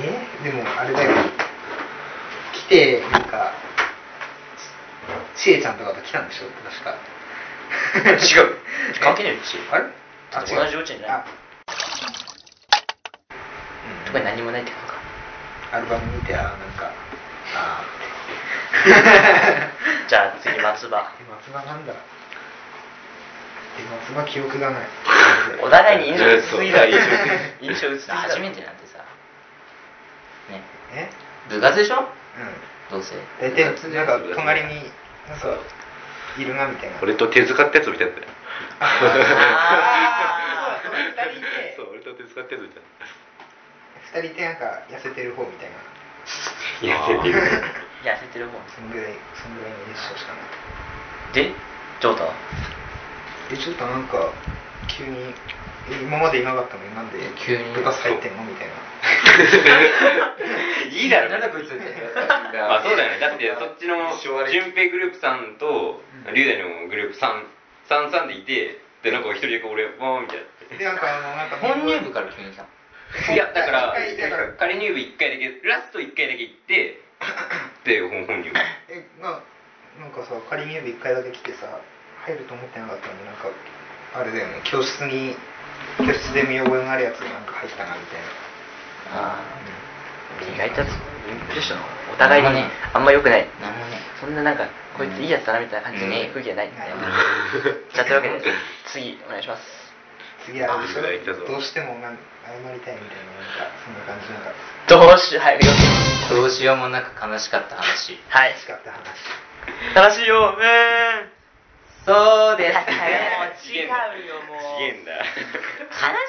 えでもあれだよ来てなんかちちえちゃんとかと来たんでしょ確か
違
[laughs]
う関係ないよち
あれ
だって同じ幼稚園じゃない
あ
特に何もないってことか。
アルバム見てあーなんかあーって
じゃあ、次、松葉。
[laughs] え松葉なんだえ松葉記憶がない
[laughs] お互いに印象薄すぎだろ
いやそう
[laughs] 印象薄すぎだろ
初めてなんてさね
え
部活でしょ
う
どうせ
ん大体なんか隣になんかいるなみたいな
俺と手塚ってやつみたいだったよ
あーそうだそうだ二人いて
そう俺と手塚ってやつみたい
二人ってなんか痩せてる方みたいない
や、いやいや
痩せてるもん。
そんぐらいそんぐらいの印象しかない
で、ジョータは
えちょっとなんか急にえ今までいなかったのになんで
急に
部活入ってんのみたいない
いだろ。
なんだこいつって
まあそうだよね。だってそっちの順平グループさんと龍大のグループさん、三三でいて、でなんか一人だけ俺わーみたいな。
でなんかあのなんか
本入部から急にさ
いやだから
一回だから
仮入部一回だけラスト一回だけ行って、で本本入部。
えななんかさ仮入部一回だけ来てさ入ると思ってなかったのになんかあれだよね教室に教室で見覚えのあるやつがなんか入ったなみたいな
ああ、意外とインプレッションお互いにあんま良くない。
何もね
そんななんか、こいついいやつだなみたいな感じ
うん
に空気がない [laughs] みたいな。じゃあ、というわけで、次、お願いします。
次あれ
あい
でし
たぞ
ょどうしてもなん謝りたいみたいななんかそんな感じなんか
どうしよう、はい、よ
どうしようもなく悲しかった話
はい
悲。しかった話
楽しいよ、うーん。
そうです
もう
ね
違うよ、もう。
次元だ。
悲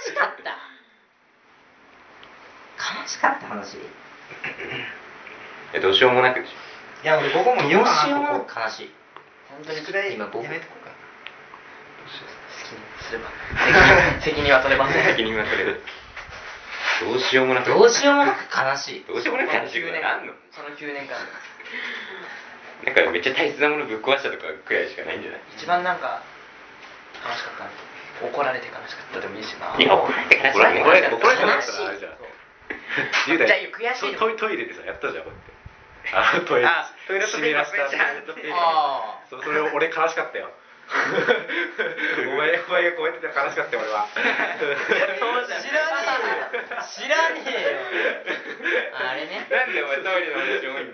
しかった。
悲しかった話
えどうしようもなくでしょ。
いや俺午後も言おうかなここ
悲しい
本当に
宿題
今
や
午後
めとこうかな
責任すれば。責任責任は取れません。
責任は取れる。どうしようもなく。
どうしようもなく悲しい
どうしようもなく話がなんの。
その9年間、
なんかめっちゃ大切なものぶっ壊したとかくらいしかないんじゃない。
一番なんか、悲しかったな怒られて悲しかったでもいいしな。
いや怒られて悲しかった
怒られて怒
悲しいじ
られて悲しい。10
ゃ
代
あいいよ悔しいの
トイトイレでさやったじゃんこうやってあトイレ
あトイレットペーパー
湿ら
ち
せた
ゃんと
トイレットペーパー
あ
そうそれを俺悲しかったよお前お前がこうやってたら悲しかったよ俺は
あ知らねえよ知らねえよあれね
なんでお前ト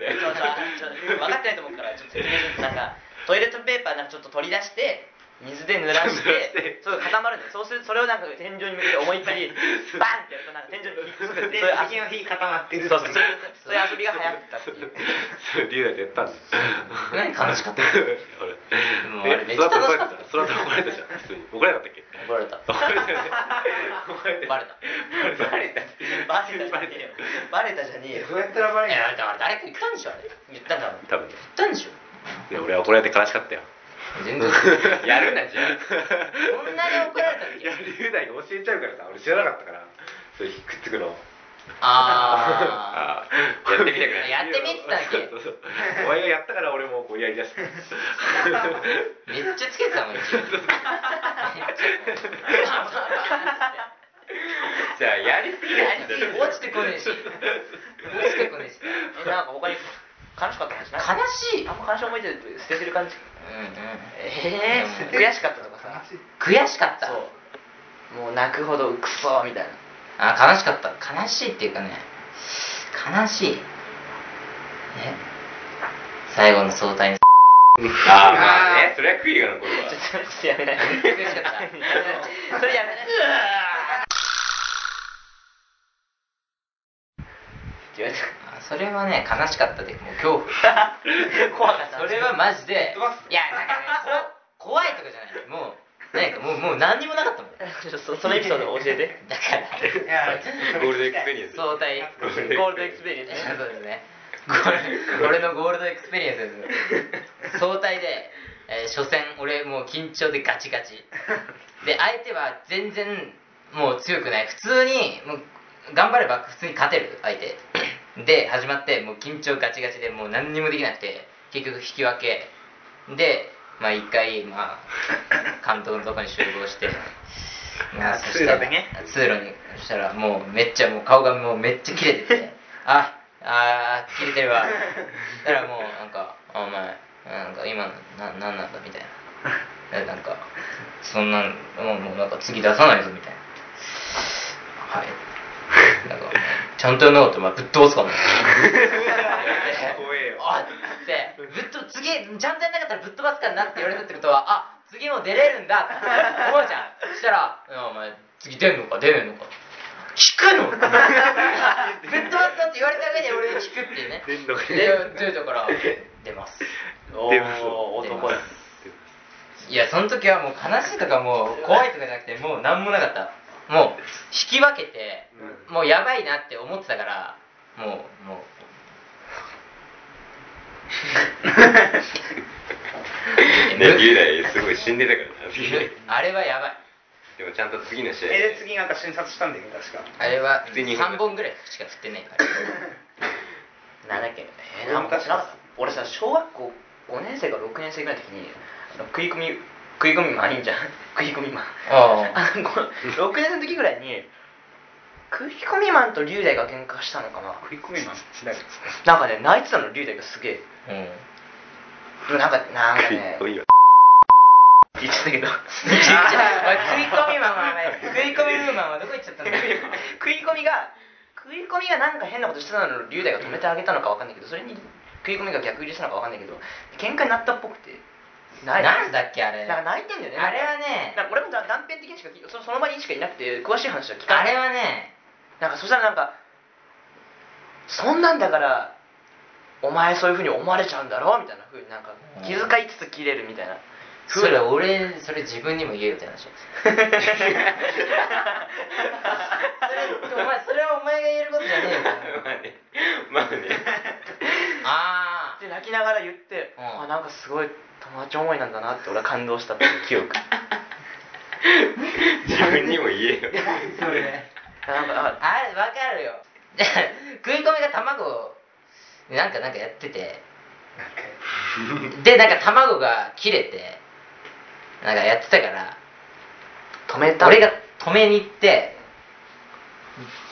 イレの話
ちょっとちょっ
多いんだよ。
と分かってないと思うからちょっと説明するなんかトイレットペーパーなんかちょっと取り出して水で濡らし
濡らしてて
そう固まるんだよそうするそれをなんか天井に向けて思いっきりバンってやるとなんか天井に引っかかって
で
そういう
次の日固まって
そう
る
そうそういうそういう遊びが流行ったっていう
それ龍
何楽
大とやったんです
しかったもうあ
俺
れめっち
えそ
ゃ
の
楽し
後怒ら
か
れ
った
たその後怒られたじゃん普通
怒られた
に怒られなかったっけ怒られたよね怒ら
バ
れた
レた
バレ
バレた
た
じゃねえよバレたじゃねえよ
どうやったらバ
い
レる
やだから誰か言ったんでしょあれ言ったんだろう
多分
言
ね
ったんでしょ
ね俺は怒られて悲しかったよ
全然
やるなじゃあ
こんなに怒られたっ
い
け
や龍大が教えちゃうからさ俺知らなかったからそれひっくっつくの
ああ
あーやってみたくない
やってみてたっけ
そうそうそうお前がやったから俺もこうやりだした
めっちゃつけてたもん一応
じゃあやりすぎ
やりすぎる落ちてこねえし落ちてこねえし
えなんか他に悲しかった話ない
悲しい
あんま悲しい思い出捨ててる感じ
うん
ええ悔しかったとかさ
うん悔しかった
そうもう泣くほどクソみたいな
あ悲しかった悲しいっていうかね悲しいね最後の相対に
あーまあねそれは悔いが残るわ
ちょっとちょっとやめない
悔しかった
それやめないって言われた
あそれはね悲しかったでもう恐怖
怖かった
それはマジで
飛ばす
いやなんかねこ怖いとかじゃないもうなんかもうもう何にもなかったもんだか
ちょっとそそのエピソード教え
[laughs]
て
ら
いや
ゴールデンエクスペリエンス
相対
ゴールドエクスペリエンスね
そうですねこれ俺のゴールドエクスペリエンス
[laughs]
です相対で、えー初戦俺もう緊張でガチガチで相手は全然もう強くない普通にもう頑張れば普通に勝てる相手で始まってもう緊張ガチガチでもう何にもできなくて結局引き分けでまあ一回まあ関東のとこに集合してまあそしたら
通路でね
通路にそしたらもうめっちゃもう顔がもうめっちゃ切れてて [laughs] ああー切れてるわだからもうなんか「お前なんか今のななんなんだ」みたい [laughs] なでなんかそんなんもうもうなんか次出さないぞみたいなはいなんかちゃんとやんなかったらお前ぶっ
[laughs]
飛ばすかも
怖えよ
あってぶっと次ちゃんとやんなかったらぶっ飛ばすからなって言われたってことはあ次も出れるんだって思うじゃんそしたら「いやお前次出んのか出ねえのか」聞く
[laughs]
のぶっ飛ばすのって言われた上で俺に聞くっていうね
出んのか
いや出たから出ます
おお男だ
いやその時はもう悲しいとかもう怖いとかじゃなくてもう何もなかったもう引き分けてもうやばいなって思ってたからもうもう
ね
[laughs]
龍大すごい死んでたからな
あれはやばい
でもちゃんと次の試合
えで次なんか診察したんだよね確か
あれは
普通に
3本ぐらいしか振ってないから
なんだっけえー、なんか知らなかった俺さ小学校5年生か6年生ぐらいの時にあの食い込み食い込みマンいいん [laughs] じゃん食い込みマン
あ
あのこ6年生の時ぐらいに食い込みマンと龍大が喧嘩したのかな
食い込みマン誰
なんかね泣いてたの龍大がすげえ
あうん
なんかなんかね
いいわ
言ってたけど
ちっちゃいおい食い込みマンは [laughs] お前食い込みウーマンはどこ行っちゃったんだよ
食い込みが食い込みがなんか変なことしてたのを龍大が止めてあげたのかわかんないけどそれに食い込みが逆入れしたのかわかんないけど喧嘩になったっぽくてな
なんだっけあれ
なんか
あ
泣いてんだよね
れはね
なんか俺もだ断片的にしか聞いそのその場にしかいなくて詳しい話は聞か
あ
ない
れはね
なんかそしたらなんかそんなんだからお前そういうふうに思われちゃうんだろみたいなふうになんか
うん
気遣いつつ切れるみたいな
それ俺それ自分にも言えよって話それお前それはお前が言えることじゃねえよ
まあねまあね
あ
で泣きながら言って、
うん
あなんかすごい友達思いなんだなって俺は感動したって
[laughs]
いう記憶
自分にも言えよ
あそれ
なんかあ
あれわかるよ食い込みが卵をなんかなんかやっててでなんか卵が切れてなんかやってたから
止めた
俺が止めに行って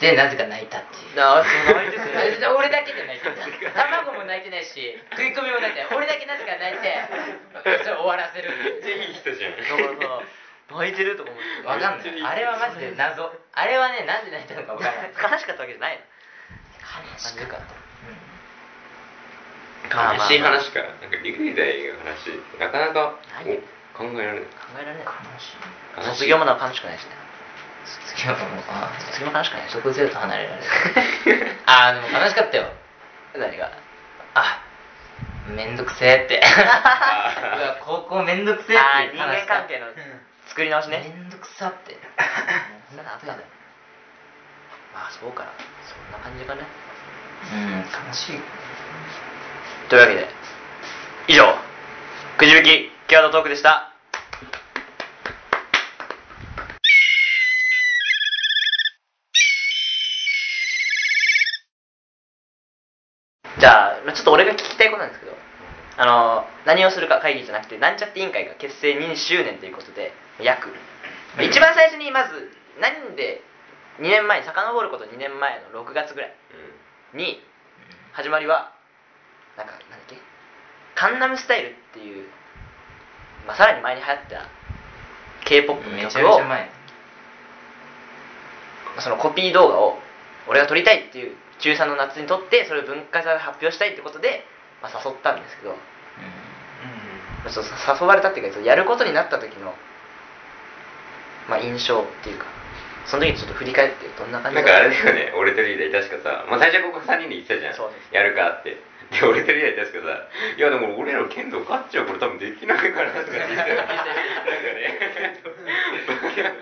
でなぜか泣いたっていう
なあそう泣い
[laughs]
てて
俺だけじゃ泣いてる卵も泣いてないし食い込みも泣いてない俺だけなぜか泣いて [laughs] それ終わらせる
めっちゃいい人じゃん
だからさ泣いてるとか思って
わかんないあれはマジで謎あれはねなんで泣いたのかわからない
悲しかったわけじゃないの
悲しかった
悲しい話からなんか龍大の話なかなか
何
お考えられない
考えられな
悲
い
しい
卒業もだ悲しくないしね
卒業もあ
卒業も悲しくないし
そこずれと離れられる [laughs] あーでも悲しかったよ
誰が
あめんどくせえって [laughs]
あ
うわ高校めんどくせえっ
あー
ていう
人間
話
関係の作り直し
め
ね
んどくさって
そんなのあったんだまあそうかなそんな感じかね
うん悲しい
というわけで以上くじ引きキーワードトークでしたじゃあちょっと俺が聞きたいことなんですけどあの何をするか会議じゃなくてなんちゃって委員会が結成2周年ということで約一番最初にまず何で2年前に遡ること2年前の6月ぐらいに始まりはなんかなんだっけカンナムスタイルっていう、まあ、さらに前に流行った k p o p の
めちゃめちゃ
曲を
前
そのコピー動画を俺が撮りたいっていう中3の夏に撮ってそれを文化祭で発表したいってことで、まあ、誘ったんですけど、まあ、ちょっと誘われたっていうかやることになった時の、まあ、印象っていうかその時ちょっと振り返ってどんな
ー
感じ
な
だっ
ん
た
かあれだよね俺とリーダー確かさ、まあ、最初はここ3人で言ってたじゃん
そうです
やるかってで俺とリーダー確かさ「いやでも俺らの剣道勝っちゃうこれ多分できないから」とかって言ってたよねなんかね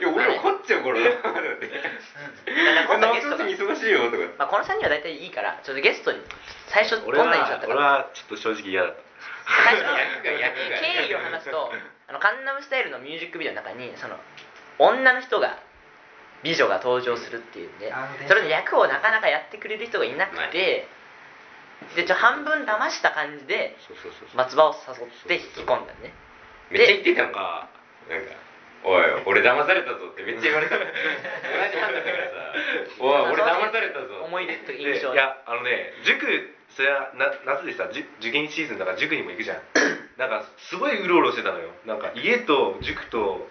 「いや俺ら勝っちゃうこれ」とかって「
今度ゲス
夏
トが
休み忙しいよ」とかって
まあ、この3人は大体いいからちょっとゲストに最初どん
俺
な
は
印象だった
俺
か
はちょっと正直嫌だった
最初の
役が役が
経緯を話すと「あのカンナムスタイル」のミュージックビデオの中にその女の人が美女が登場するっていうんで
あのね
それの役をなかなかやってくれる人がいなくてでちょ半分騙した感じで
そうそうそうそう
松葉を誘って引き込んだね
めっちゃ言ってたのかなんか「おい俺騙されたぞ」ってめっちゃ言われた同じ判断だからさ「おい俺騙されたぞ」
思い出と
で
印象
いやあのね塾それはな夏でさじゅ受験シーズンだから塾にも行くじゃ
[laughs]
んなんかすごいうろうろしてたのよなんか家と塾と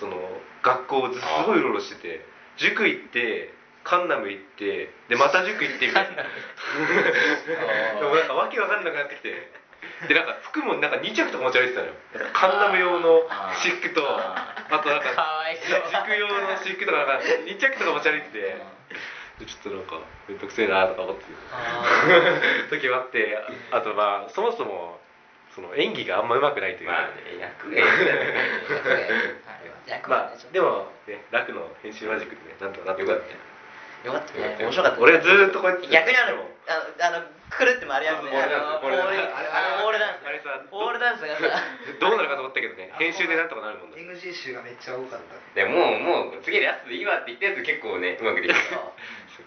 その学校ずすごいうろうろしてて塾行ってカンナム行ってでまた塾行ってみたいな [laughs] でもなんかわけわかんなくなってきてでなんか服もなんか2着とか持ち歩いてたのよカンナム用のシックとあ
あ
となんか
かわいそう
塾用のシックとかなんか2着とか持ち歩いててでちょっとなんかめんどくせえなとか思ってる
[laughs]
時もあってああとまあそもそもその演技があんま上手くないという
まあね役が役だからね
役
ま
は
あ
ねちょっ
でもね楽の編集マジックでねなんとかなって
よかったよ
とよかったね面白かったね
俺ずーっとこうやって
逆にあのあのあのくるって回るやつね
あ
あの
ポ
ポ
ー
ー
ル
ル
ダンス
ポールダンス
あれさ
ポールダンスがさ
どうなるかと思ったけどね編集でなんとかなるもんだ
NG 集がめっちゃ多かっ
でもうもう次でラストでいいわって言ったやつ結構ねうまくできた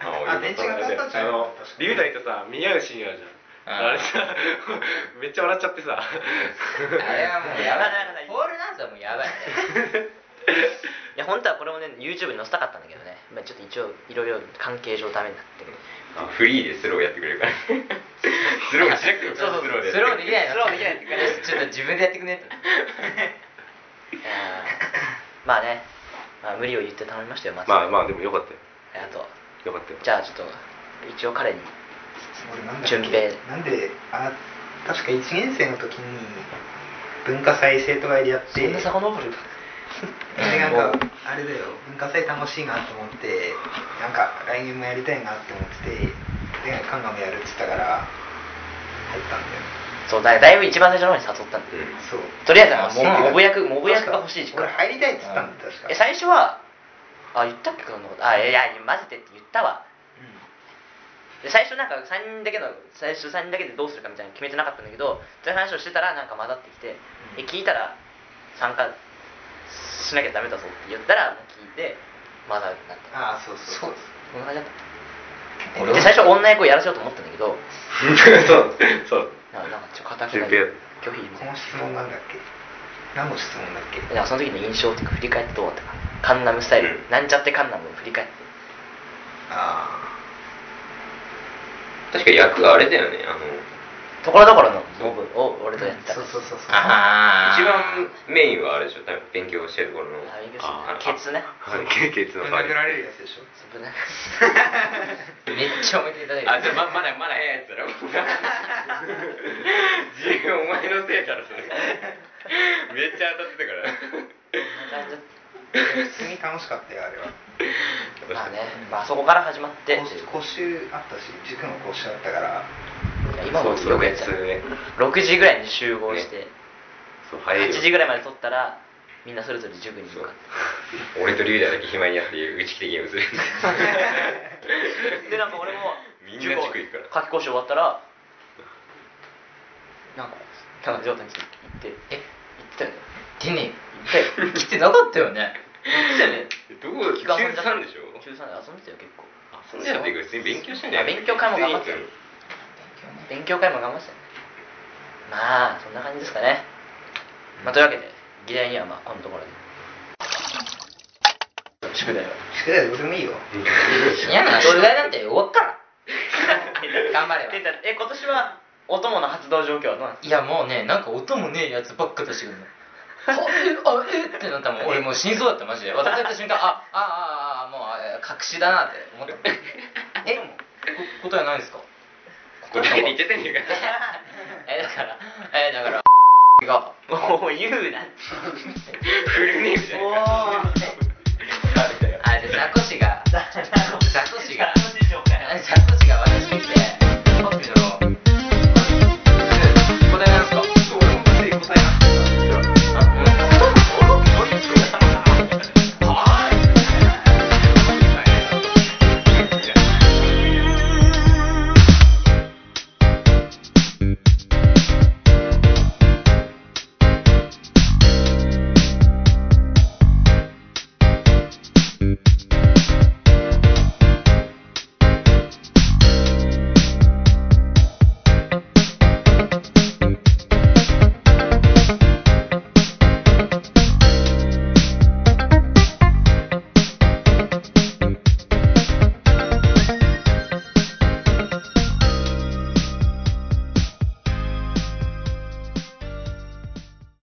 あ
あ電池が
だ
立ったんじ
って
ゃ
あ
ない
のリュウダイとさ見合うシーンあるじゃんあれさ [laughs] めっちゃ笑っちゃってさ
あれはもうやばいポールダンスはもうやばいね
いや本当はこれもね YouTube に載せたかったんだけどね、まあ、ちょっと一応いろいろ関係上ダメになったけど
あフリーでスローやってくれるから [laughs] スローしなくても
そうそう
スローで
スローできないの
スローできないっていうかね
ちょっと自分でやってくねって
いやーまあね、まあ、無理を言って頼みましたよ松
まあまあでもよかっ
[laughs]
たよ
ああと
よかったよ
じゃあちょっと一応彼に
た俺なんだっけ
準備で
なんであ確か1年生の時に文化祭生徒会でやっ
そ
て
んな遡る
でなんかあれだよ文化祭楽しいなと思ってなんか来年もやりたいなって思っててでカンガもやるっつったから入ったんだよ
そうだだいぶ一番最初の方に誘ったんで、
うん
そう
とりあえずは
そうなんだ
モブ役モブ役が欲しい時
俺
間
入りたいっつったんだよ確か
え最初はあ言ったっけこのことあいやいや混ぜてって言ったわで最初なんか3人だけの最初3人だけでどうするかみたいなの決めてなかったんだけどそういう話をしてたらなんか混ざってきて、え聞いたら参加しなきゃダメだぞって言ったらもう聞いて混ざるようになった
ああそうそうそう
こんな感じだったで最初女役をやらせようと思ったんだけど
そうそう
なんかなんかちょっと固く
順
なり
平やっ
拒否も
この質問なんだっけ何の質問だっけ
でなんかその時の印象っていうか振り返ってどうだったかカンナムスタイル、
うん
なんちゃってカンナムを振り返って
あ
確か役があれだよねあの
ところどころの部分を俺とやって
あ
た
そうそうそうそう
あ
一番メインはあれでしょ多分勉強してる頃の
あ勉強
あ
してたケツね
はいケケツの
殴られるやつでしょ
そぶね
めっちゃ思い出いただけ
あじゃあままだまだ早いやつだろ自分お前のせいだろそれめっちゃ当たってたから
普通に楽しかったよあれは
まあね、まあそこから始まって
講習講習あったし塾の講習あったから
今もよくやっちゃう
そうですね
6時ぐらいに集合して、
そう早い
8
よ
時ぐらいまで撮ったらみんなそれぞれ塾に向かって
俺とリュウダだけ暇になって打ち切りゲームする
[laughs] でなんか俺も
みんな塾行くから
書き講習終わったらなんかなんかジョータに来て行ってえ行ってたよね
出
行
ね
った
[laughs]
よ
え来てなかったよね
行ってたよね
どこ中
遊んじゃった
3でしょ
中3で遊んでたよ結構
遊んでたっていうか普通に勉強してんじゃない
あ勉強会も頑張ってた
普通に
勉強会も頑張ってたよねまあそんな感じですかねまあというわけで議題にはまあこのところで宿 [laughs] 題は
宿題どうでもいいよ
嫌な宿題なんて終わったら頑張れば
てんちゃんえ今年はお供の発動状況はどうなんですか
いやもうねなんか音もねえやつばっか出してくるのあえあえってなったもん俺もう死にそうだったマジで渡された瞬間あああああもうあえ隠しだなって思ったもんえこ答えないんですか
[laughs] ここだけで行っちゃってんじゃんか
えだからえだからが
もう言うなって
フルネームじゃないか